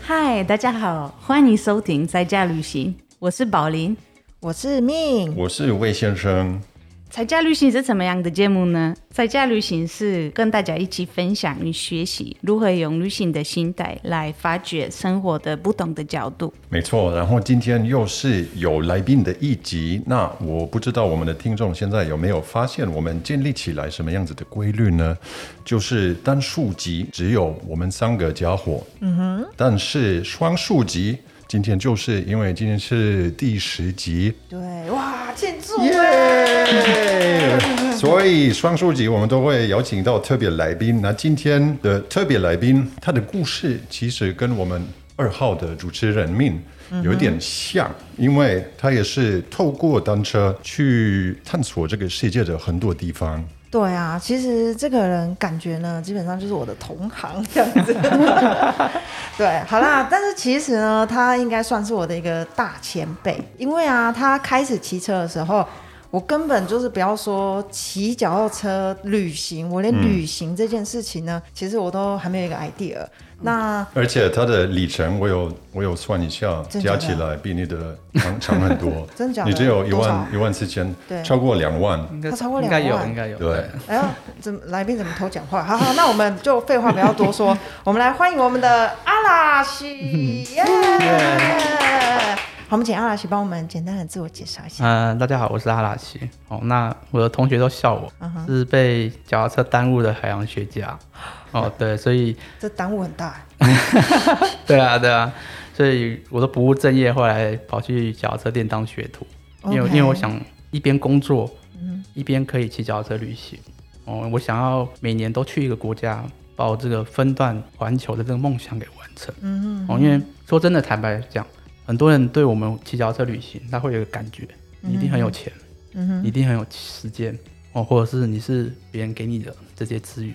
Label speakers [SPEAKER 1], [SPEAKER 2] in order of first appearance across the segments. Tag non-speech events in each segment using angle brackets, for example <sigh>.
[SPEAKER 1] 嗨，大家好，欢迎收听《在家旅行》，我是宝林。
[SPEAKER 2] 我是命，
[SPEAKER 3] 我是魏先生，
[SPEAKER 1] 在家旅行是怎么样的节目呢？在家旅行是跟大家一起分享与学习如何用旅行的心态来发掘生活的不同的角度。
[SPEAKER 3] 没错。然后今天又是有来宾的一集，那我不知道我们的听众现在有没有发现，我们建立起来什么样子的规律呢？就是单数集只有我们三个家伙，嗯哼，但是双数集。今天就是因为今天是第十集，
[SPEAKER 2] 对，哇，庆祝
[SPEAKER 3] 耶、
[SPEAKER 2] 耶！
[SPEAKER 3] 所以双数集我们都会邀请到特别来宾。那今天的特别来宾，他的故事其实跟我们二号的主持人命
[SPEAKER 2] 嗯
[SPEAKER 3] 有点像，因为他也是透过单车去探索这个世界的很多地方。
[SPEAKER 2] 对啊，其实这个人感觉呢，基本上就是我的同 <laughs> 行这样子。对，好啦，但是其实呢，他应该算是我的一个大前辈，因为啊，他开始骑车的时候，我根本就是不要说骑脚踏车旅行，我连旅行这件事情呢，其实我都还没有一个 idea。那
[SPEAKER 3] 而且他的里程，我有我有算一下，
[SPEAKER 2] 真假
[SPEAKER 3] 加
[SPEAKER 2] 的
[SPEAKER 3] 起来比你的长长很多。
[SPEAKER 2] <laughs> 真假的
[SPEAKER 3] 你只有一
[SPEAKER 2] 多
[SPEAKER 3] 万
[SPEAKER 2] 少
[SPEAKER 3] 一万四千
[SPEAKER 2] 对，
[SPEAKER 3] 超过两万。
[SPEAKER 4] 应该
[SPEAKER 2] 他超过
[SPEAKER 4] 应该
[SPEAKER 2] 两
[SPEAKER 4] 有，
[SPEAKER 2] 万
[SPEAKER 4] 应该有。
[SPEAKER 3] 对，
[SPEAKER 2] 哎呦，怎么来宾怎么偷讲话？好好，那我们就废话不要多
[SPEAKER 4] <laughs>
[SPEAKER 2] 说，我们来欢迎我们的阿拉西耶！好，我们请阿拉西帮我们简单的自我介绍一下。
[SPEAKER 4] 嗯、大家好，我是阿拉奇。哦，那我的同学都笑我、
[SPEAKER 2] 嗯
[SPEAKER 4] 是被脚踏车耽误的海洋
[SPEAKER 2] <laughs>
[SPEAKER 4] 学家。哦，对，所以，
[SPEAKER 2] 这耽误很大，
[SPEAKER 4] 对啊，对啊，所以我都不务正业，后来跑去脚踏车店当学徒，因为
[SPEAKER 2] OK 嗯
[SPEAKER 4] 因为我想一边工作，一边可以骑脚踏车旅行。哦，我想要每年都去一个国家，把我这个分段环球的这个梦想给完成。
[SPEAKER 2] 嗯，
[SPEAKER 4] 哦，因为说真的，坦白讲，很多人对我们骑脚踏车旅行，他会有一个感觉，你一定很有钱，
[SPEAKER 2] 嗯哼
[SPEAKER 4] 你一定很有时间，哦，或者是你是别人给你的这些资源。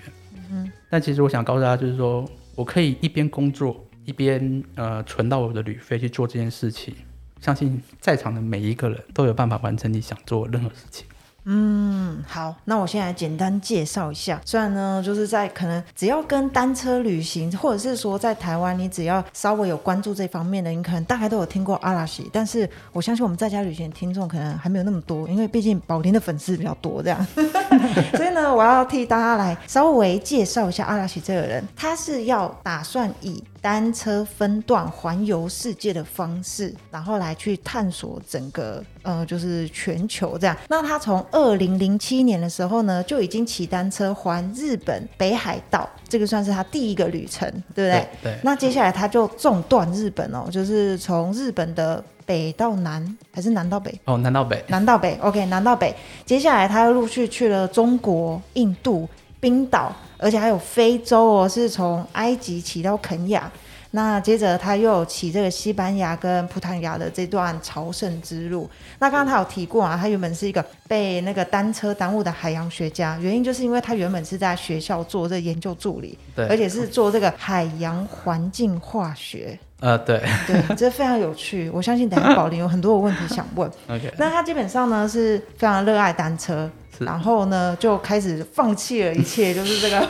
[SPEAKER 4] 嗯但其实我想告诉大家，就是说我可以一边工作，一边呃存到我的旅费去做这件事情。相信在场的每一个人都有办法完成你想做的任何事情。
[SPEAKER 2] 嗯，好，那我现在简单介绍一下。虽然呢，就是在可能只要跟单车旅行，或者是说在台湾，你只要稍微有关注这方面的，你可能大概都有听过阿拉西。但是我相信我们在家旅行的听众可能还没有那么多，因为毕竟宝林的粉丝比较多，这样。 <laughs> 所以呢，我要替大家来稍微介绍一下阿拉奇这个人，他是要打算以单车分段环游世界的方式，然后来去探索整个呃，就是全球这样。那他从二零零七年的时候呢，就已经骑单车环日本北海道，这个算是他第一个旅程，对不对？
[SPEAKER 4] 对
[SPEAKER 2] 那接下来他就纵断日本哦，就是从日本的北到南，还是南到北？
[SPEAKER 4] 哦，南到北，
[SPEAKER 2] 南到北，OK，南到北。接下来他又陆续去了中国、印度、冰岛，而且还有非洲哦，是从埃及骑到肯亚。那接着他又有骑这个西班牙跟葡萄牙的这段朝圣之路。那刚刚他有提过啊，他原本是一个被那个单车耽误的海洋学家，原因就是因为他原本是在学校做这研究助理，
[SPEAKER 4] 对，
[SPEAKER 2] 而且是做这个海洋环境化学。
[SPEAKER 4] 呃，
[SPEAKER 2] <laughs>
[SPEAKER 4] 对
[SPEAKER 2] 对，这非常有趣。我相信等一下宝林有很多的问题想问。
[SPEAKER 4] ，OK，
[SPEAKER 2] 那他基本上呢是非常热爱单车，
[SPEAKER 4] 是
[SPEAKER 2] 然后呢就开始放弃了一切， <laughs> 就是这个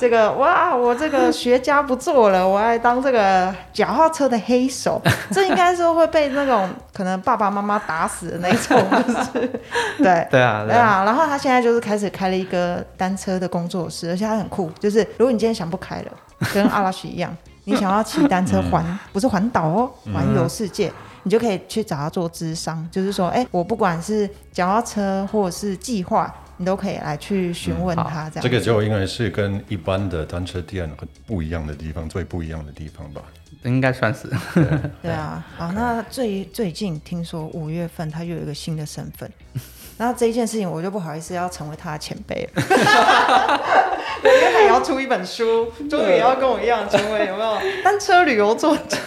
[SPEAKER 2] 这个哇，我这个学家不做了，我爱当这个脚踏车的黑手。这应该是会被那种可能爸爸妈妈打死的那种，就是 <laughs> 对。
[SPEAKER 4] 对啊，
[SPEAKER 2] 对
[SPEAKER 4] 对啊，
[SPEAKER 2] 啊，然后他现在就是开始开了一个单车的工作室，而且他很酷，就是如果你今天想不开了，跟阿拉许一样，你想要骑单车环，不是环岛哦，环游世界，你就可以去找他做智商，就是说，哎，我不管是脚踏车或者是计划，你都可以来去询问他这样。
[SPEAKER 3] 这个就应该是跟一般的单车店很不一样的地方，最不一样的地方吧。
[SPEAKER 4] 应该算是。 <laughs>
[SPEAKER 2] 对啊，啊，那最最近听说五月份他又有一个新的身份， <laughs> 那这一件事情我就不好意思要成为他的前辈 <laughs> 了，对因为他也要出一本书，终于也要跟我一样成为有没有 <laughs> 单车旅游作家？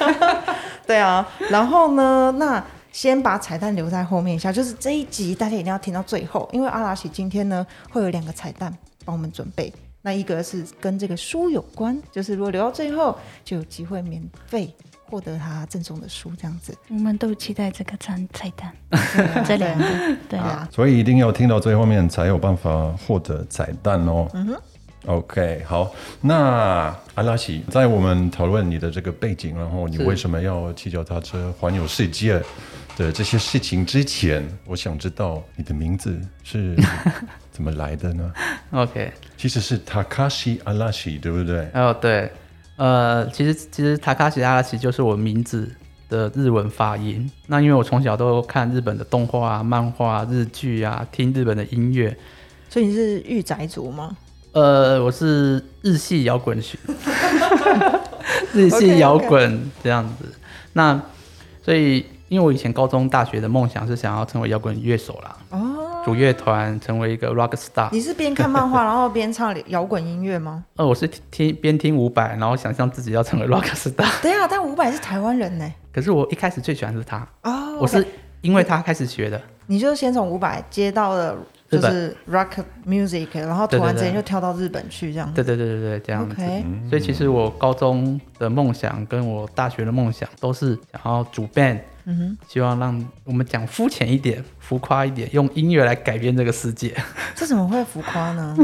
[SPEAKER 2] 对啊，然后呢，那。先把彩蛋留在后面一下，就是这一集大家一定要听到最后，因为阿拉喜今天呢会有两个彩蛋帮我们准备，那一个是跟这个书有关，就是如果留到最后就有机会免费获得他赠送的书，这样子。
[SPEAKER 5] 我们都期待这个餐菜
[SPEAKER 1] <laughs>
[SPEAKER 5] 单，这两个对
[SPEAKER 2] 对
[SPEAKER 5] 啊，
[SPEAKER 2] 啊，嗯
[SPEAKER 3] 所以一定要听到最后面才有办法获得彩蛋哦。 OK，好，那阿拉西，在我们讨论你的这个背景，然后你
[SPEAKER 4] 是
[SPEAKER 3] 为什么要骑脚踏车环游世界的这些事情之前，我想知道你的名字是怎么来
[SPEAKER 2] <laughs>
[SPEAKER 3] 的呢？
[SPEAKER 4] OK，
[SPEAKER 3] 其实是 Takashi 阿拉西，对不对？
[SPEAKER 4] 哦对，呃，其实其实塔卡西阿拉奇就是我名字的日文发音。那因为我从小都看日本的动画、啊、漫画啊、日剧啊，听日本的音乐，
[SPEAKER 2] 所以你是御宅族吗？
[SPEAKER 4] 呃，我是日系摇
[SPEAKER 2] <laughs>
[SPEAKER 4] 滚学，日
[SPEAKER 2] OK，OK
[SPEAKER 4] 系摇滚这样子。那所以，因为我以前高中、大学的梦想是想要成为摇滚乐手啦，
[SPEAKER 2] 哦，
[SPEAKER 4] 主乐团，成为一个 rock star。
[SPEAKER 2] 你是边看漫画 <laughs> 然后边唱摇滚音乐吗？
[SPEAKER 4] 呃，我是听听边听伍佰，然后想象自己要成为 rock star。
[SPEAKER 2] 对啊，但伍佰是台湾人呢。
[SPEAKER 4] 可是我一开始最喜欢的是他，
[SPEAKER 2] 哦，
[SPEAKER 4] 我
[SPEAKER 2] OK
[SPEAKER 4] 是因为他开始学的。
[SPEAKER 2] 你就先从伍佰接到了就
[SPEAKER 4] 日本
[SPEAKER 2] 是 rock music，然后突然之间就跳到日本去这样。
[SPEAKER 4] 对对对对对，这样子。
[SPEAKER 2] OK，
[SPEAKER 4] 所以其实我高中的梦想跟我大学的梦想都是想要主 band，
[SPEAKER 2] 嗯哼，
[SPEAKER 4] 希望让我们讲肤浅一点、浮夸一点，用音乐来改变这个世界。
[SPEAKER 2] 这怎么会浮夸
[SPEAKER 4] <laughs>
[SPEAKER 2] 呢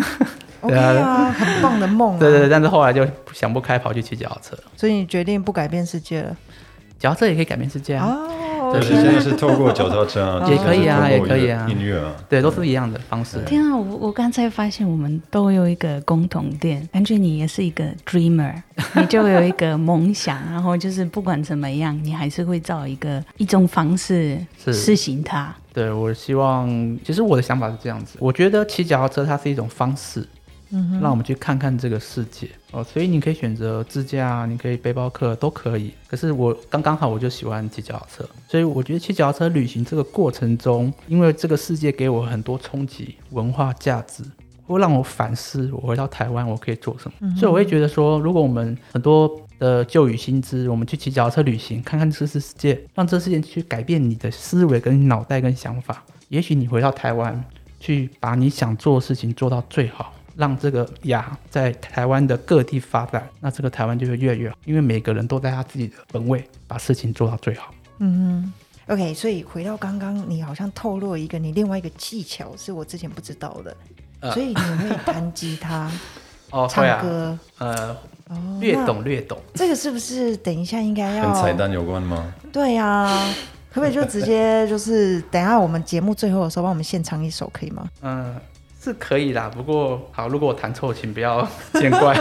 [SPEAKER 2] ？OK
[SPEAKER 4] 对啊
[SPEAKER 2] 啊，很棒的梦啊。
[SPEAKER 4] <laughs> 对对对，但是后来就想不开，跑去骑脚踏车。
[SPEAKER 2] 所以你决定不改变世界了。
[SPEAKER 4] 脚踏车也可以改变世界啊，
[SPEAKER 2] 哦，
[SPEAKER 3] 但
[SPEAKER 4] 对
[SPEAKER 3] 是现在是透过脚踏车啊，
[SPEAKER 4] <laughs> 也可以啊
[SPEAKER 3] 就是透过
[SPEAKER 4] 也可以啊
[SPEAKER 3] 音乐啊，
[SPEAKER 4] 对，都是一样的方式。
[SPEAKER 5] 天啊，我我刚才发现我们都有一个共同点，感觉你也是一个
[SPEAKER 1] <laughs>
[SPEAKER 5] dreamer，你就有一个梦想，然后就是不管怎么样，你还是会找一个一种方式
[SPEAKER 4] 是
[SPEAKER 5] 实行它。
[SPEAKER 4] 对我希望，其实我的想法是这样子，我觉得骑脚踏车它是一种方式，嗯，让我们去看看这个世界哦。所以你可以选择自驾，啊你可以背包客都可以。可是我刚刚好我就喜欢骑脚踏车，所以我觉得骑脚踏车旅行这个过程中，因为这个世界给我很多冲击，文化价值。会让我反思，我回到台湾我可以做什
[SPEAKER 2] 嗯
[SPEAKER 4] 么？所以我会觉得说，如果我们很多的旧与新知，我们去骑脚踏车旅行，看看这世界，让这世界去改变你的思维、跟脑袋、跟想法。也许你回到台湾，去把你想做的事情做到最好，让这个雅在台湾的各地发展，那这个台湾就会越来越好，因为每个人都在他自己的本位，把事情做到最好。
[SPEAKER 2] 嗯哼，OK，所以回到刚刚，你好像透露了一个你另外一个技巧，是我之前不知道的。
[SPEAKER 4] 呃
[SPEAKER 2] 所以你会弹吉
[SPEAKER 4] <laughs>
[SPEAKER 2] 他、
[SPEAKER 4] 哦
[SPEAKER 2] 唱，歌，
[SPEAKER 4] 呃，
[SPEAKER 2] 哦，
[SPEAKER 4] 略
[SPEAKER 2] 那
[SPEAKER 4] 懂略懂。
[SPEAKER 2] 这个是不是等一下应该要
[SPEAKER 3] 跟彩蛋有关吗？ <laughs>
[SPEAKER 2] 对呀、可不可以就直接就是等一下我们节目最后的时候帮我们现唱一首可以吗？
[SPEAKER 4] 嗯，是可以啦，不过好，如果我弹错，请不要见怪。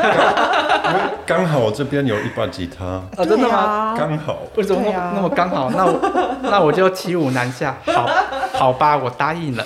[SPEAKER 3] 刚好这边有一把吉他，
[SPEAKER 4] <laughs> 啊，真的吗？
[SPEAKER 2] 对啊
[SPEAKER 3] 刚好。
[SPEAKER 4] 为什么那
[SPEAKER 2] 对
[SPEAKER 4] 么
[SPEAKER 2] 啊
[SPEAKER 4] 那么刚好？那我那我就骑虎难下。好，好吧，我答应了。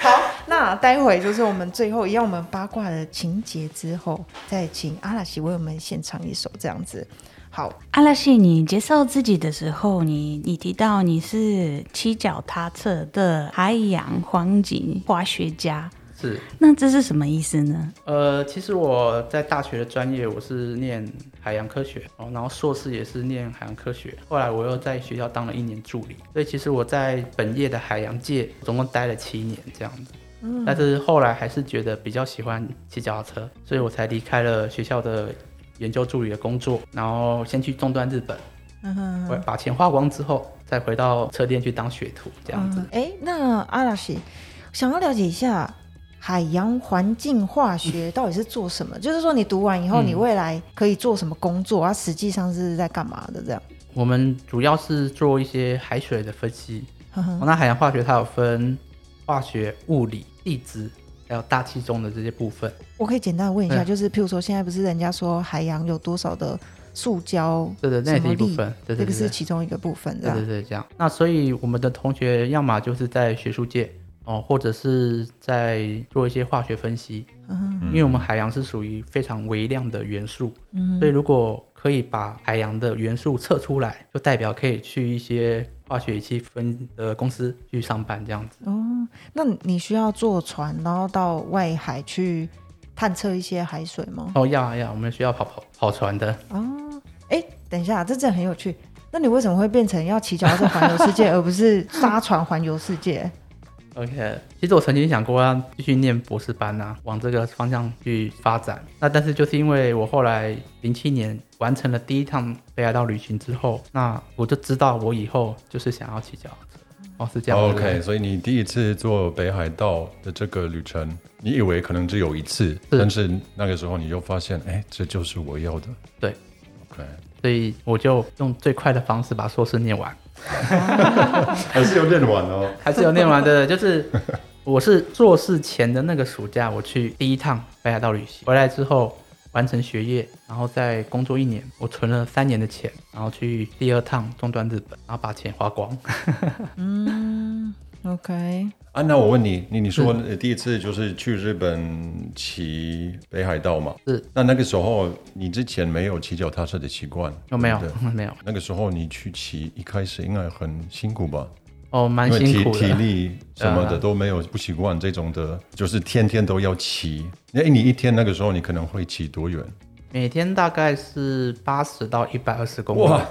[SPEAKER 2] 好，那待会就是我们最后一样我们八卦的情节之后，再请阿拉西为我们现唱一首这样子。好，
[SPEAKER 5] 阿拉西，你介绍自己的时候，你你提到你是骑脚踏车的海洋黄金滑雪家，
[SPEAKER 4] 是，
[SPEAKER 5] 那这是什么意思呢？
[SPEAKER 4] 呃，其实我在大学的专业我是念海洋科学，哦，然后硕士也是念海洋科学，后来我又在学校当了一年助理，所以其实我在本业的海洋界总共待了七年这样子。
[SPEAKER 2] 嗯
[SPEAKER 4] 但是后来还是觉得比较喜欢骑脚踏车，所以我才离开了学校的研究助理的工作，然后先去终端日本，
[SPEAKER 2] 嗯哼，
[SPEAKER 4] 我把钱花光之后，再回到车店去当学徒这样子。
[SPEAKER 2] 嗯哎、那阿拉西想要了解一下海洋环境化学到底是做什么？就是说你读完以后，
[SPEAKER 4] 嗯
[SPEAKER 2] 你未来可以做什么工作啊？实际上是在干嘛的？这样，
[SPEAKER 4] 我们主要是做一些海水的分析，
[SPEAKER 2] 呵呵
[SPEAKER 4] 哦那海洋化学它有分化学、物理、地质，还有大气中的这些部分。
[SPEAKER 2] 我可以简单地问一下，
[SPEAKER 4] 嗯
[SPEAKER 2] 就是譬如说，现在不是人家说海洋有多少的塑胶？
[SPEAKER 4] 对对，那也
[SPEAKER 2] 什
[SPEAKER 4] 是
[SPEAKER 2] 么
[SPEAKER 4] 一部
[SPEAKER 2] 力
[SPEAKER 4] 分。
[SPEAKER 2] 这
[SPEAKER 4] 对对
[SPEAKER 2] 个
[SPEAKER 4] 对
[SPEAKER 2] 是啊
[SPEAKER 4] 对，
[SPEAKER 2] 其中一个部分，这
[SPEAKER 4] 对对
[SPEAKER 2] 样。
[SPEAKER 4] 对，这样。那所以我们的同学要么就是在学术界哦，或者是在做一些化学分析，
[SPEAKER 2] 嗯
[SPEAKER 4] 因为我们海洋是属于非常微量的元素，
[SPEAKER 2] 嗯
[SPEAKER 4] 所以如果可以把海洋的元素测出来，就代表可以去一些化学仪器分的公司去上班这样子。
[SPEAKER 2] 哦，那你需要坐船，然后到外海去探测一些海水吗？
[SPEAKER 4] 哦，要啊要啊，我们需要跑跑跑船的。
[SPEAKER 2] 哦，哎，等一下，这真的很有趣。那你为什么会变成要骑脚踏车环游世
[SPEAKER 4] <laughs>
[SPEAKER 2] 界，而不是搭船环游世界？
[SPEAKER 4] OK，其实我曾经想过要继续念博士班啊，往这个方向去发展。那但是就是因为我后来零七年完成了第一趟北海道旅行之后，那我就知道我以后就是想要骑脚踏车。哦，是这样子。
[SPEAKER 3] OK，所以你第一次做北海道的这个旅程，你以为可能只有一次，
[SPEAKER 4] 是
[SPEAKER 3] 但是那个时候你就发现，哎，这就是我要的。
[SPEAKER 4] 对
[SPEAKER 3] ，OK，
[SPEAKER 4] 所以我就用最快的方式把硕士念完，
[SPEAKER 3] 还是有点晚哦。
[SPEAKER 4] 还是有啊念完的。就是我是硕士前的那个暑假，我去第一趟北海道旅行，回来之后完成学业，然后再工作一年，我存了三年的钱，然后去第二趟中端日本，然后把钱花光。
[SPEAKER 2] OK，
[SPEAKER 3] 啊，那我问你，你你说呃第一次就是去日本骑北海道嘛？
[SPEAKER 4] 是。
[SPEAKER 3] 那那个时候你之前没有骑脚踏车的习惯，
[SPEAKER 4] 有哦没有 <laughs>
[SPEAKER 3] 对不对？？
[SPEAKER 4] 没有。
[SPEAKER 3] 那个时候你去骑，一开始应该很辛苦吧？
[SPEAKER 4] 哦，蛮
[SPEAKER 3] 因为
[SPEAKER 4] 辛
[SPEAKER 3] 体
[SPEAKER 4] 苦
[SPEAKER 3] 体
[SPEAKER 4] 的。啊
[SPEAKER 3] 力什么的都没有，不习惯这种的，就是天天都要骑。那你一天那个时候你可能会骑多远？
[SPEAKER 4] 每天大概是八十到一百二十公
[SPEAKER 3] 哇
[SPEAKER 4] 里，，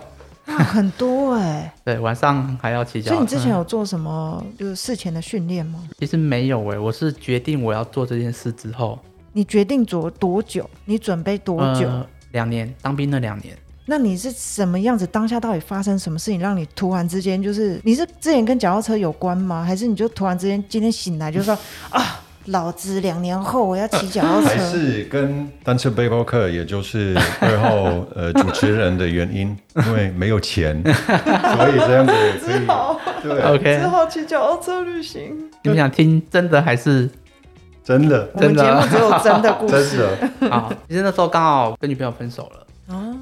[SPEAKER 2] 那啊很多哎、
[SPEAKER 4] 对，晚上还要骑脚
[SPEAKER 2] 所
[SPEAKER 4] 踏。
[SPEAKER 2] 以你之前有做什么就是事前的训练吗？
[SPEAKER 4] 其实没有欸诶、我是决定我要做这件事之后，
[SPEAKER 2] 你决定多多久？你准备多久？
[SPEAKER 4] 呃两、年，当兵那两年。
[SPEAKER 2] 那你是什么样子？当下到底发生什么事情，让你突然之间就是？你是之前跟脚踏车有关吗？还是你就突然之间今天醒来就说啊，老子两年后我要骑脚踏
[SPEAKER 3] 还
[SPEAKER 2] 车？
[SPEAKER 3] 是跟单车背包客，也就是二号呃主持人的原
[SPEAKER 4] <laughs>
[SPEAKER 3] 因，因为没有钱，所以这样子可以
[SPEAKER 4] <laughs>
[SPEAKER 3] 对，
[SPEAKER 4] OK，
[SPEAKER 2] 之后骑脚踏车旅行。
[SPEAKER 4] 你们想听真的还是
[SPEAKER 3] 真的
[SPEAKER 2] 我们
[SPEAKER 4] 真
[SPEAKER 2] 节
[SPEAKER 4] 的
[SPEAKER 2] 目只有真的故 <laughs>
[SPEAKER 3] 真
[SPEAKER 2] 事
[SPEAKER 3] 的，
[SPEAKER 4] 啊？其实那时候刚好跟女朋友分手了，
[SPEAKER 2] 哦，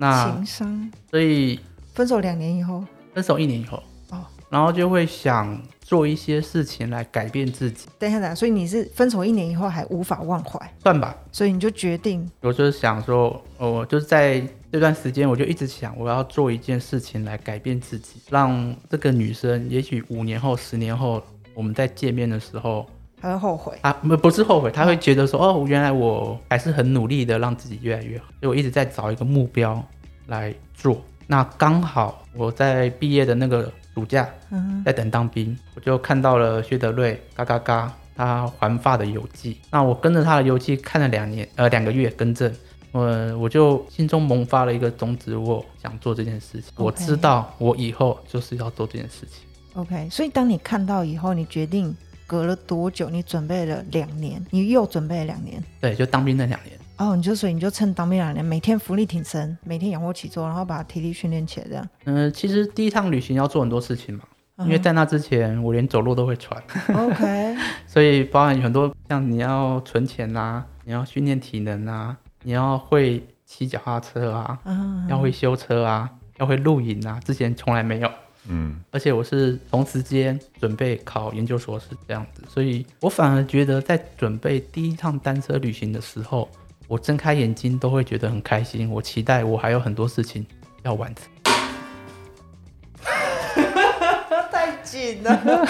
[SPEAKER 4] 那
[SPEAKER 2] 情商。
[SPEAKER 4] 所以
[SPEAKER 2] 分手两年以后，
[SPEAKER 4] 分手一年以后，
[SPEAKER 2] 哦
[SPEAKER 4] 然后就会想做一些事情来改变自己，
[SPEAKER 2] 等一下，等一下，所以你是分手一年以后还无法忘怀，
[SPEAKER 4] 算吧。
[SPEAKER 2] 所以你就决定
[SPEAKER 4] 我就是想说，哦我就是在这段时间，我就一直想，我要做一件事情来改变自己，让这个女生，也许五年后、十年后，我们再见面的时候，
[SPEAKER 2] 还会后悔。
[SPEAKER 4] 啊，不不是后悔，他会觉得说，哦，原来我还是很努力的让自己越来越好，所以我一直在找一个目标来做。那刚好我在毕业的那个暑假，
[SPEAKER 2] 嗯，
[SPEAKER 4] 在等当兵，我就看到了薛德瑞嘎嘎嘎他环法的游记。那我跟着他的游记看了两年，呃，两个月更正。呃，我就心中萌发了一个种子，我想做这件事情。我
[SPEAKER 2] OK
[SPEAKER 4] 知道我以后就是要做这件事情。
[SPEAKER 2] OK，所以当你看到以后，你决定隔了多久？你准备了两年，你又准备了两年。
[SPEAKER 4] 对，就当兵那两年。
[SPEAKER 2] 哦，你就所以你就趁当兵两年，每天浮力挺身，每天仰卧起坐，然后把体力训练起来，这样。
[SPEAKER 4] 嗯、其实第一趟旅行要做很多事情嘛，
[SPEAKER 2] 嗯
[SPEAKER 4] 因为在那之前我连走路都会喘， <laughs>
[SPEAKER 2] OK，
[SPEAKER 4] 所以包含有很多像你要存钱啦、你要训练体能啊，你要会骑脚踏车啊，
[SPEAKER 2] 嗯，
[SPEAKER 4] 要会修车啊，要会露营啊，之前从来没有。
[SPEAKER 3] 嗯，
[SPEAKER 4] 而且我是同时间准备考研究所是这样子，所以我反而觉得在准备第一趟单车旅行的时候，我睁开眼睛都会觉得很开心。我期待我还有很多事情要完成。
[SPEAKER 2] 太紧了。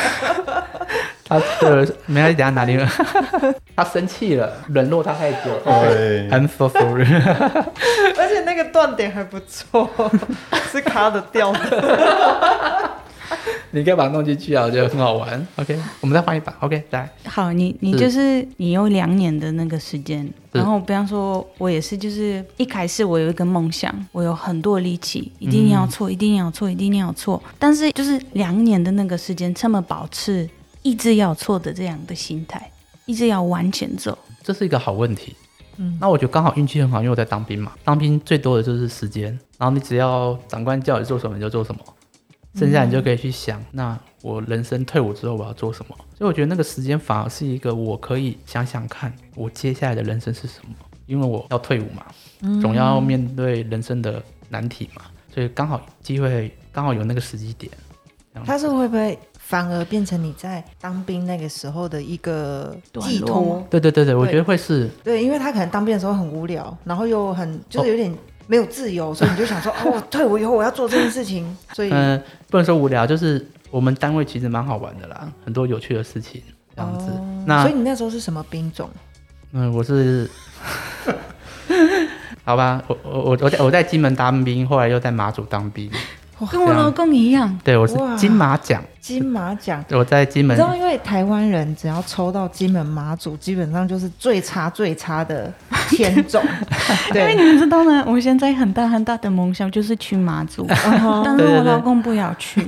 [SPEAKER 4] 他的没关系，等一下哪里了？ <laughs> 他生气了，冷落他太久了。
[SPEAKER 3] 对，
[SPEAKER 4] <laughs> I'm so sorry。
[SPEAKER 2] 而且那个断点还不错，是卡的掉的。
[SPEAKER 4] <laughs> 你可以把它弄进去啊，我觉得很好玩。OK，我们再换一把。OK，来，
[SPEAKER 5] 好，你你
[SPEAKER 4] 是
[SPEAKER 5] 就是你有两年的那个时间，
[SPEAKER 4] 是
[SPEAKER 5] 然后比方说，我也是，就是一开始我有一个梦想，我有很多力气，一定
[SPEAKER 4] 嗯
[SPEAKER 5] 要做，一定要做，一定要做。但是就是两年的那个时间，这么保持一直要做的这样的心态，一直要往前走。
[SPEAKER 4] 这是一个好问题。嗯，那我觉得刚好运气很好，因为我在当兵嘛。当兵最多的就是时间，然后你只要长官叫你做什么你就做什么，剩下你就可以去想，那我人生退伍之后我要做什么。所以我觉得那个时间反而是一个我可以想想看我接下来的人生是什么，因为我要退伍嘛，总要面对人生的难题嘛，所以刚好机会刚好有那个时机点。这样子
[SPEAKER 2] 他是会不会反而变成你在当兵那个时候的一个
[SPEAKER 5] 段
[SPEAKER 2] 寄
[SPEAKER 5] 落
[SPEAKER 2] 托？
[SPEAKER 4] 对对对对，我
[SPEAKER 2] 对
[SPEAKER 4] 觉得会是
[SPEAKER 2] 对，因为他可能当兵的时候很无聊，然后又很就是有点没有自由，所以你就想说，哦，我退伍以后我要做这件事情，所以、
[SPEAKER 4] 嗯、不能说无聊，就是我们单位其实蛮好玩的啦，很多有趣的事情这样子。
[SPEAKER 2] 哦
[SPEAKER 4] 那
[SPEAKER 2] 所以你那时候是什么兵种？
[SPEAKER 4] 嗯、我是， <laughs> 好吧，我我我我在我在金门当兵，后来又在马祖当
[SPEAKER 2] <laughs>
[SPEAKER 4] 兵，
[SPEAKER 5] 跟我老公一样，
[SPEAKER 4] 对我是
[SPEAKER 2] 哇
[SPEAKER 4] 金马奖，
[SPEAKER 2] 金马奖。
[SPEAKER 4] 我在金
[SPEAKER 2] 你
[SPEAKER 4] 门
[SPEAKER 2] 知
[SPEAKER 4] <laughs>
[SPEAKER 2] 道，因为台湾人只要抽到金门马祖，基本上就是最差最差的天种，
[SPEAKER 5] 因为
[SPEAKER 2] 对
[SPEAKER 5] 你们知道呢，我现在很大很大的梦想就是去马祖， <laughs> 但是
[SPEAKER 4] 对对
[SPEAKER 5] 我
[SPEAKER 4] 对
[SPEAKER 5] 老公不要 <laughs> 去。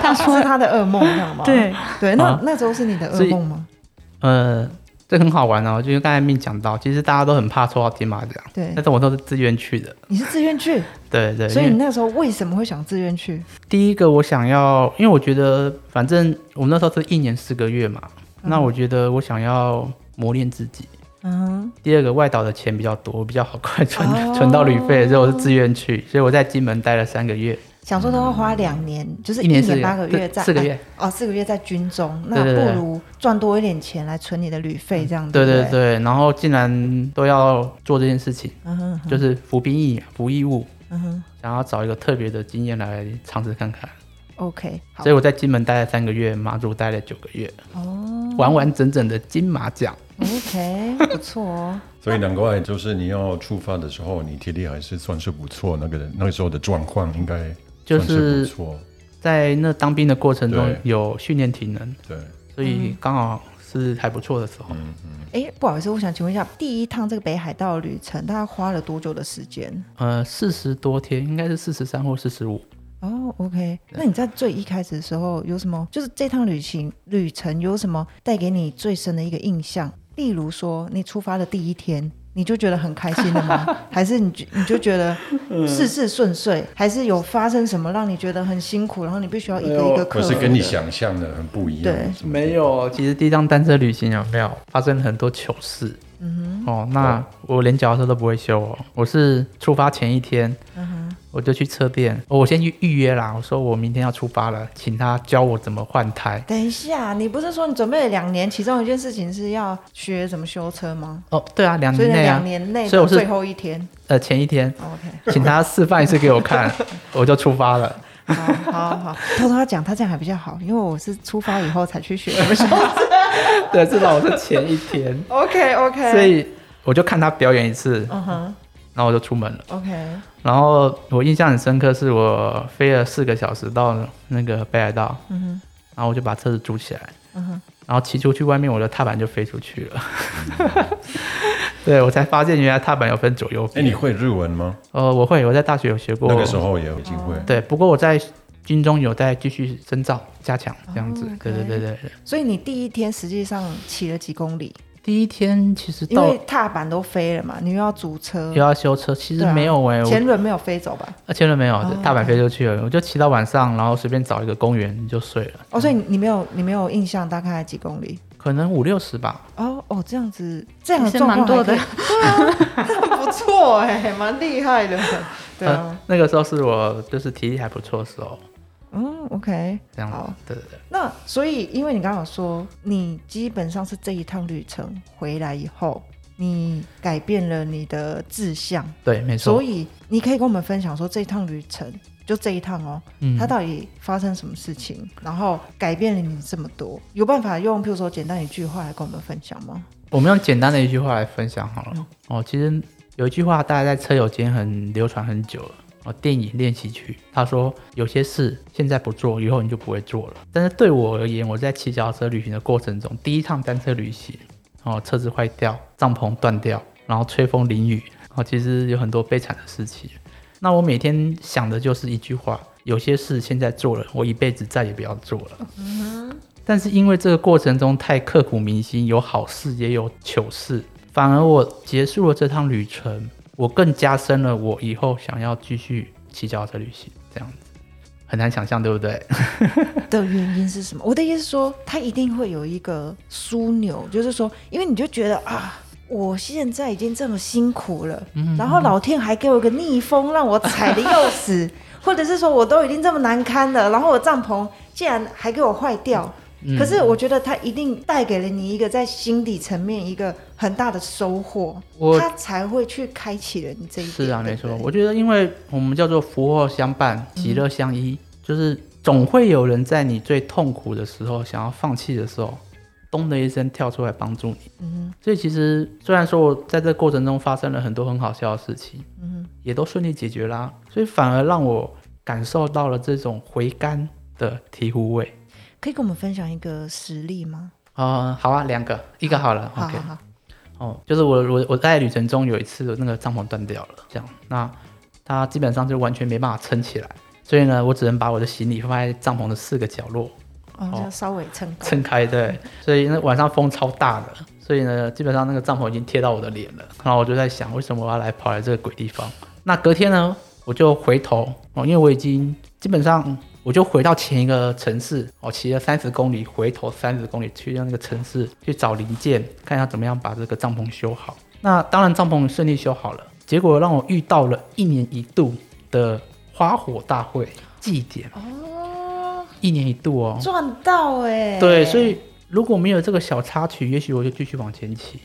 [SPEAKER 2] 他说他的噩梦，这样吗？
[SPEAKER 5] 对，
[SPEAKER 2] 对，那
[SPEAKER 4] 啊
[SPEAKER 2] 那时候是你的
[SPEAKER 4] 所
[SPEAKER 2] 噩
[SPEAKER 4] 以
[SPEAKER 2] 梦吗？
[SPEAKER 4] 呃，这很好玩哦，就是刚才命讲到，其实大家都很怕抽到金马奖，
[SPEAKER 2] 对
[SPEAKER 4] 但，是我都是自愿去的。
[SPEAKER 2] 你是自愿去，
[SPEAKER 4] 对呃对，
[SPEAKER 2] 所以
[SPEAKER 4] 因为
[SPEAKER 2] 你那时候为什么会想自愿去？
[SPEAKER 4] 第一个我想要，因为我觉得反正我们那时候是一年四个月嘛，那我觉得我想要磨练自己。
[SPEAKER 2] 嗯
[SPEAKER 4] 第二个外岛的钱比较多，我比较好快存、
[SPEAKER 2] 哦
[SPEAKER 4] <laughs> 存到旅费，所以我是自愿去，所以我在金门待了三个月，
[SPEAKER 2] 哼，想说他会花两年，就是
[SPEAKER 4] 嗯一年四
[SPEAKER 2] 年
[SPEAKER 4] 个
[SPEAKER 2] 八个月
[SPEAKER 4] 对
[SPEAKER 2] 在
[SPEAKER 4] 四个月，
[SPEAKER 2] 哦，四个月在军中，那
[SPEAKER 4] 对对对嗯
[SPEAKER 2] 不如赚多一点钱来存你的旅费，这样
[SPEAKER 4] 对
[SPEAKER 2] 对
[SPEAKER 4] 对
[SPEAKER 2] 不，
[SPEAKER 4] 对，然后竟然都要做这件事情，
[SPEAKER 2] 嗯哼哼
[SPEAKER 4] 就是服兵役、服役务，
[SPEAKER 2] 嗯哼
[SPEAKER 4] 想要找一个特别的经验来尝试看看。
[SPEAKER 2] ，OK，好
[SPEAKER 4] 所以我在金门待了三个月，马祖待了九个月，
[SPEAKER 2] 哦
[SPEAKER 4] 完完整整的金马奖。 <laughs>
[SPEAKER 2] ，OK，不错哦，
[SPEAKER 3] 所以难怪就是你要出发的时候，你体力还是算是不错，那个那个时候的状况应该
[SPEAKER 4] 就
[SPEAKER 3] 算是
[SPEAKER 4] 是
[SPEAKER 3] 不错，
[SPEAKER 4] 在那当兵的过程中
[SPEAKER 3] 对
[SPEAKER 4] 有训练体能，
[SPEAKER 3] 对，
[SPEAKER 4] 所
[SPEAKER 2] 嗯
[SPEAKER 4] 以刚好是还不错的时候。
[SPEAKER 3] 嗯嗯。
[SPEAKER 2] 哎，不好意思，我想请问一下，第一趟这个北海道旅程，大概花了多久的时间？
[SPEAKER 4] 呃，四十多天，应该是四十三或四十五。
[SPEAKER 2] 哦，OK，那你在最一开始的时候有什么？就是这趟旅行旅程有什么带给你最深的一个印象？例如说，你出发的第一天，你就觉得很开心了 <laughs> 吗？还是你就你就觉得事事顺遂？还是有发生什么让你觉得很辛苦，然后你必须要一个一个克
[SPEAKER 3] 可
[SPEAKER 2] 服
[SPEAKER 3] 哦是
[SPEAKER 2] 的？
[SPEAKER 3] 跟你想象的很不一样。
[SPEAKER 2] 对
[SPEAKER 3] 怎么
[SPEAKER 4] 没有，其实第一趟单车旅行有没有发生了很多糗事？嗯哼，哦，那我连脚踏车都不会修哦。我是出发前一天，
[SPEAKER 2] 嗯
[SPEAKER 4] 我就去车店，哦我先去预约啦。我说我明天要出发了，请他教我怎么换胎。
[SPEAKER 2] 等一下，你不是说你准备了两年，其中一件事情是要学怎么修车吗？
[SPEAKER 4] 哦，对啊，两
[SPEAKER 2] 所以
[SPEAKER 4] 年
[SPEAKER 2] 在
[SPEAKER 4] 内
[SPEAKER 2] 两
[SPEAKER 4] 啊，
[SPEAKER 2] 年内
[SPEAKER 4] 所以
[SPEAKER 2] 的
[SPEAKER 4] 我是
[SPEAKER 2] 最后一天
[SPEAKER 4] 呃，前一天
[SPEAKER 2] ，OK。
[SPEAKER 4] 请他示范一次给
[SPEAKER 2] <laughs>
[SPEAKER 4] 我看，我就出发了。
[SPEAKER 2] 好好好， <laughs> 偷偷讲，他这样还比较好，因为我是出发以后才去学。 <laughs>
[SPEAKER 4] 对，至少我是前一天，
[SPEAKER 2] OK OK，
[SPEAKER 4] 所以我就看他表演一次，
[SPEAKER 2] 嗯哼
[SPEAKER 4] 然后我就出门了。
[SPEAKER 2] ，OK，
[SPEAKER 4] 然后我印象很深刻，是我飞了四个小时到那个北海道，
[SPEAKER 2] 嗯哼，
[SPEAKER 4] 然后我就把车子租起来，
[SPEAKER 2] 嗯哼，
[SPEAKER 4] 然后骑出去外面，我的踏板就飞出去了。
[SPEAKER 2] 嗯
[SPEAKER 4] <laughs> 对，我才发现原来踏板有分左右
[SPEAKER 3] 哎，
[SPEAKER 4] 飞。
[SPEAKER 3] 你会日文吗？
[SPEAKER 4] 呃，我会，我在大学有学过。
[SPEAKER 3] 那个时候也已经会。
[SPEAKER 4] 对，不过我在军中有在继续深造、加强这样子。
[SPEAKER 2] 哦，OK
[SPEAKER 4] 对对对对对。
[SPEAKER 2] 所以你第一天实际上骑了几公里，
[SPEAKER 4] 第一天其实
[SPEAKER 2] 因
[SPEAKER 4] 到
[SPEAKER 2] 为踏板都飞了嘛，你又要组车
[SPEAKER 4] 又，要修车，其实
[SPEAKER 2] 对啊
[SPEAKER 4] 没有哎、我
[SPEAKER 2] 前轮没有飞走吧？
[SPEAKER 4] 啊，签了没有
[SPEAKER 2] 哦？
[SPEAKER 4] 大阪飞就去了，我就骑到晚上，然后随便找一个公园就睡了，
[SPEAKER 2] 哦，所以你没有你没有印象大概几公里？
[SPEAKER 4] 可能五六十吧。
[SPEAKER 2] 哦哦，这样子，这样的
[SPEAKER 5] 也是
[SPEAKER 2] 状况
[SPEAKER 5] 蛮多
[SPEAKER 2] 还可以对啊，这样不错哎，蛮厉害的，对
[SPEAKER 4] 呃
[SPEAKER 2] 啊，，
[SPEAKER 4] 那个时候是我就是体力还不错的时候，
[SPEAKER 2] <laughs> 嗯，OK，
[SPEAKER 4] 这样
[SPEAKER 2] 好
[SPEAKER 4] 子。对对对，
[SPEAKER 2] 那所以，因为你刚刚有说，你基本上是这一趟旅程回来以后，你改变了你的志向，
[SPEAKER 4] 对，没
[SPEAKER 2] 所
[SPEAKER 4] 错。
[SPEAKER 2] 以你可以跟我们分享说，这一趟旅程就这一趟哦，
[SPEAKER 4] 嗯
[SPEAKER 2] 它到底发生什么事情，然后改变了你这么多，有办法用譬如说简单一句话来跟我们分享吗？
[SPEAKER 4] 我们用简单的一句话来分享好了。哦，其实有一句话大家在车友间很流传很久了。哦，电影练习曲，他说有些事现在不做，以后你就不会做了。但是对我而言，我在骑脚踏车旅行的过程中，第一趟单车旅行，哦，车子坏掉，帐篷断掉，然后吹风淋雨，哦，其实有很多悲惨的事情。那我每天想的就是一句话：有些事现在做了，我一辈子再也不要做了。但是因为这个过程中太刻骨铭心，有好事也有糗事，反而我结束了这趟旅程，我更加深了我以后想要继续骑脚踏车旅行这样子，很难想象，对不对？
[SPEAKER 2] 的原因是什么？我的意思是说，它一定会有一个枢纽，就是说，因为你就觉得啊。我现在已经这么辛苦了，
[SPEAKER 4] 嗯
[SPEAKER 2] 然后老天还给我一个逆风，让我踩的要
[SPEAKER 4] <laughs>
[SPEAKER 2] 死，或者是说我都已经这么难堪了，然后我帐篷竟然还给我坏掉。
[SPEAKER 4] 嗯
[SPEAKER 2] 可是我觉得它一定带给了你一个在心理层面一个很大的收获，
[SPEAKER 4] 我
[SPEAKER 2] 它才会去开启了你这一点。
[SPEAKER 4] 是啊，
[SPEAKER 2] 对
[SPEAKER 4] 没
[SPEAKER 2] 不对
[SPEAKER 4] 错。我觉得，因为我们叫做福祸相伴，喜乐相依，
[SPEAKER 2] 嗯
[SPEAKER 4] 就是总会有人在你最痛苦的时候，想要放弃的时候，咚的一声跳出来帮助你。嗯，所以其实虽然说我在这过程中发生了很多很好笑的事情，嗯，也都顺利解决啦，所以反而让我感受到了这种回甘的醍醐味。
[SPEAKER 2] 可以跟我们分享一个实例吗？
[SPEAKER 4] 呃啊、好啊，两个，一个好了
[SPEAKER 2] 好
[SPEAKER 4] ，OK
[SPEAKER 2] 好。好，
[SPEAKER 4] 哦，就是我我我在旅程中有一次那个帐篷断掉了，这样，那它基本上就完全没办法撑起来，所以呢，我只能把我的行李放在帐篷的四个角落
[SPEAKER 2] 哦，
[SPEAKER 4] 哦
[SPEAKER 2] 要稍微撑高。
[SPEAKER 4] 撑开，对，所以那晚上风超大的，所以呢，基本上那个帐篷已经贴到我的脸了，然后我就在想，为什么我要来跑来这个鬼地方？那隔天呢，我就回头哦，因为我已经基本上我就回到前一个城市哦，骑了三十公里，回头三十公里去那个城市去找零件，看一下怎么样把这个帐篷修好。那当然帐篷顺利修好了，结果让我遇到了一年一度的花火大会祭典，
[SPEAKER 2] 哦，
[SPEAKER 4] 一年一度哦，
[SPEAKER 2] 赚到哎、
[SPEAKER 4] 对，所以如果没有这个小插曲，也许我就继续往前骑，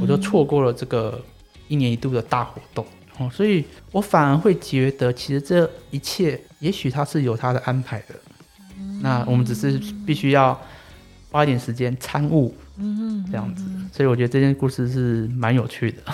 [SPEAKER 4] 我就错过了这个一年一度的大活动。哦，所以我反而会觉得，其实这一切也许它是有它的安排的。那我们只是必须要花一点时间参悟，嗯，这样子。所以我觉得这件故事是蛮有趣的， <laughs>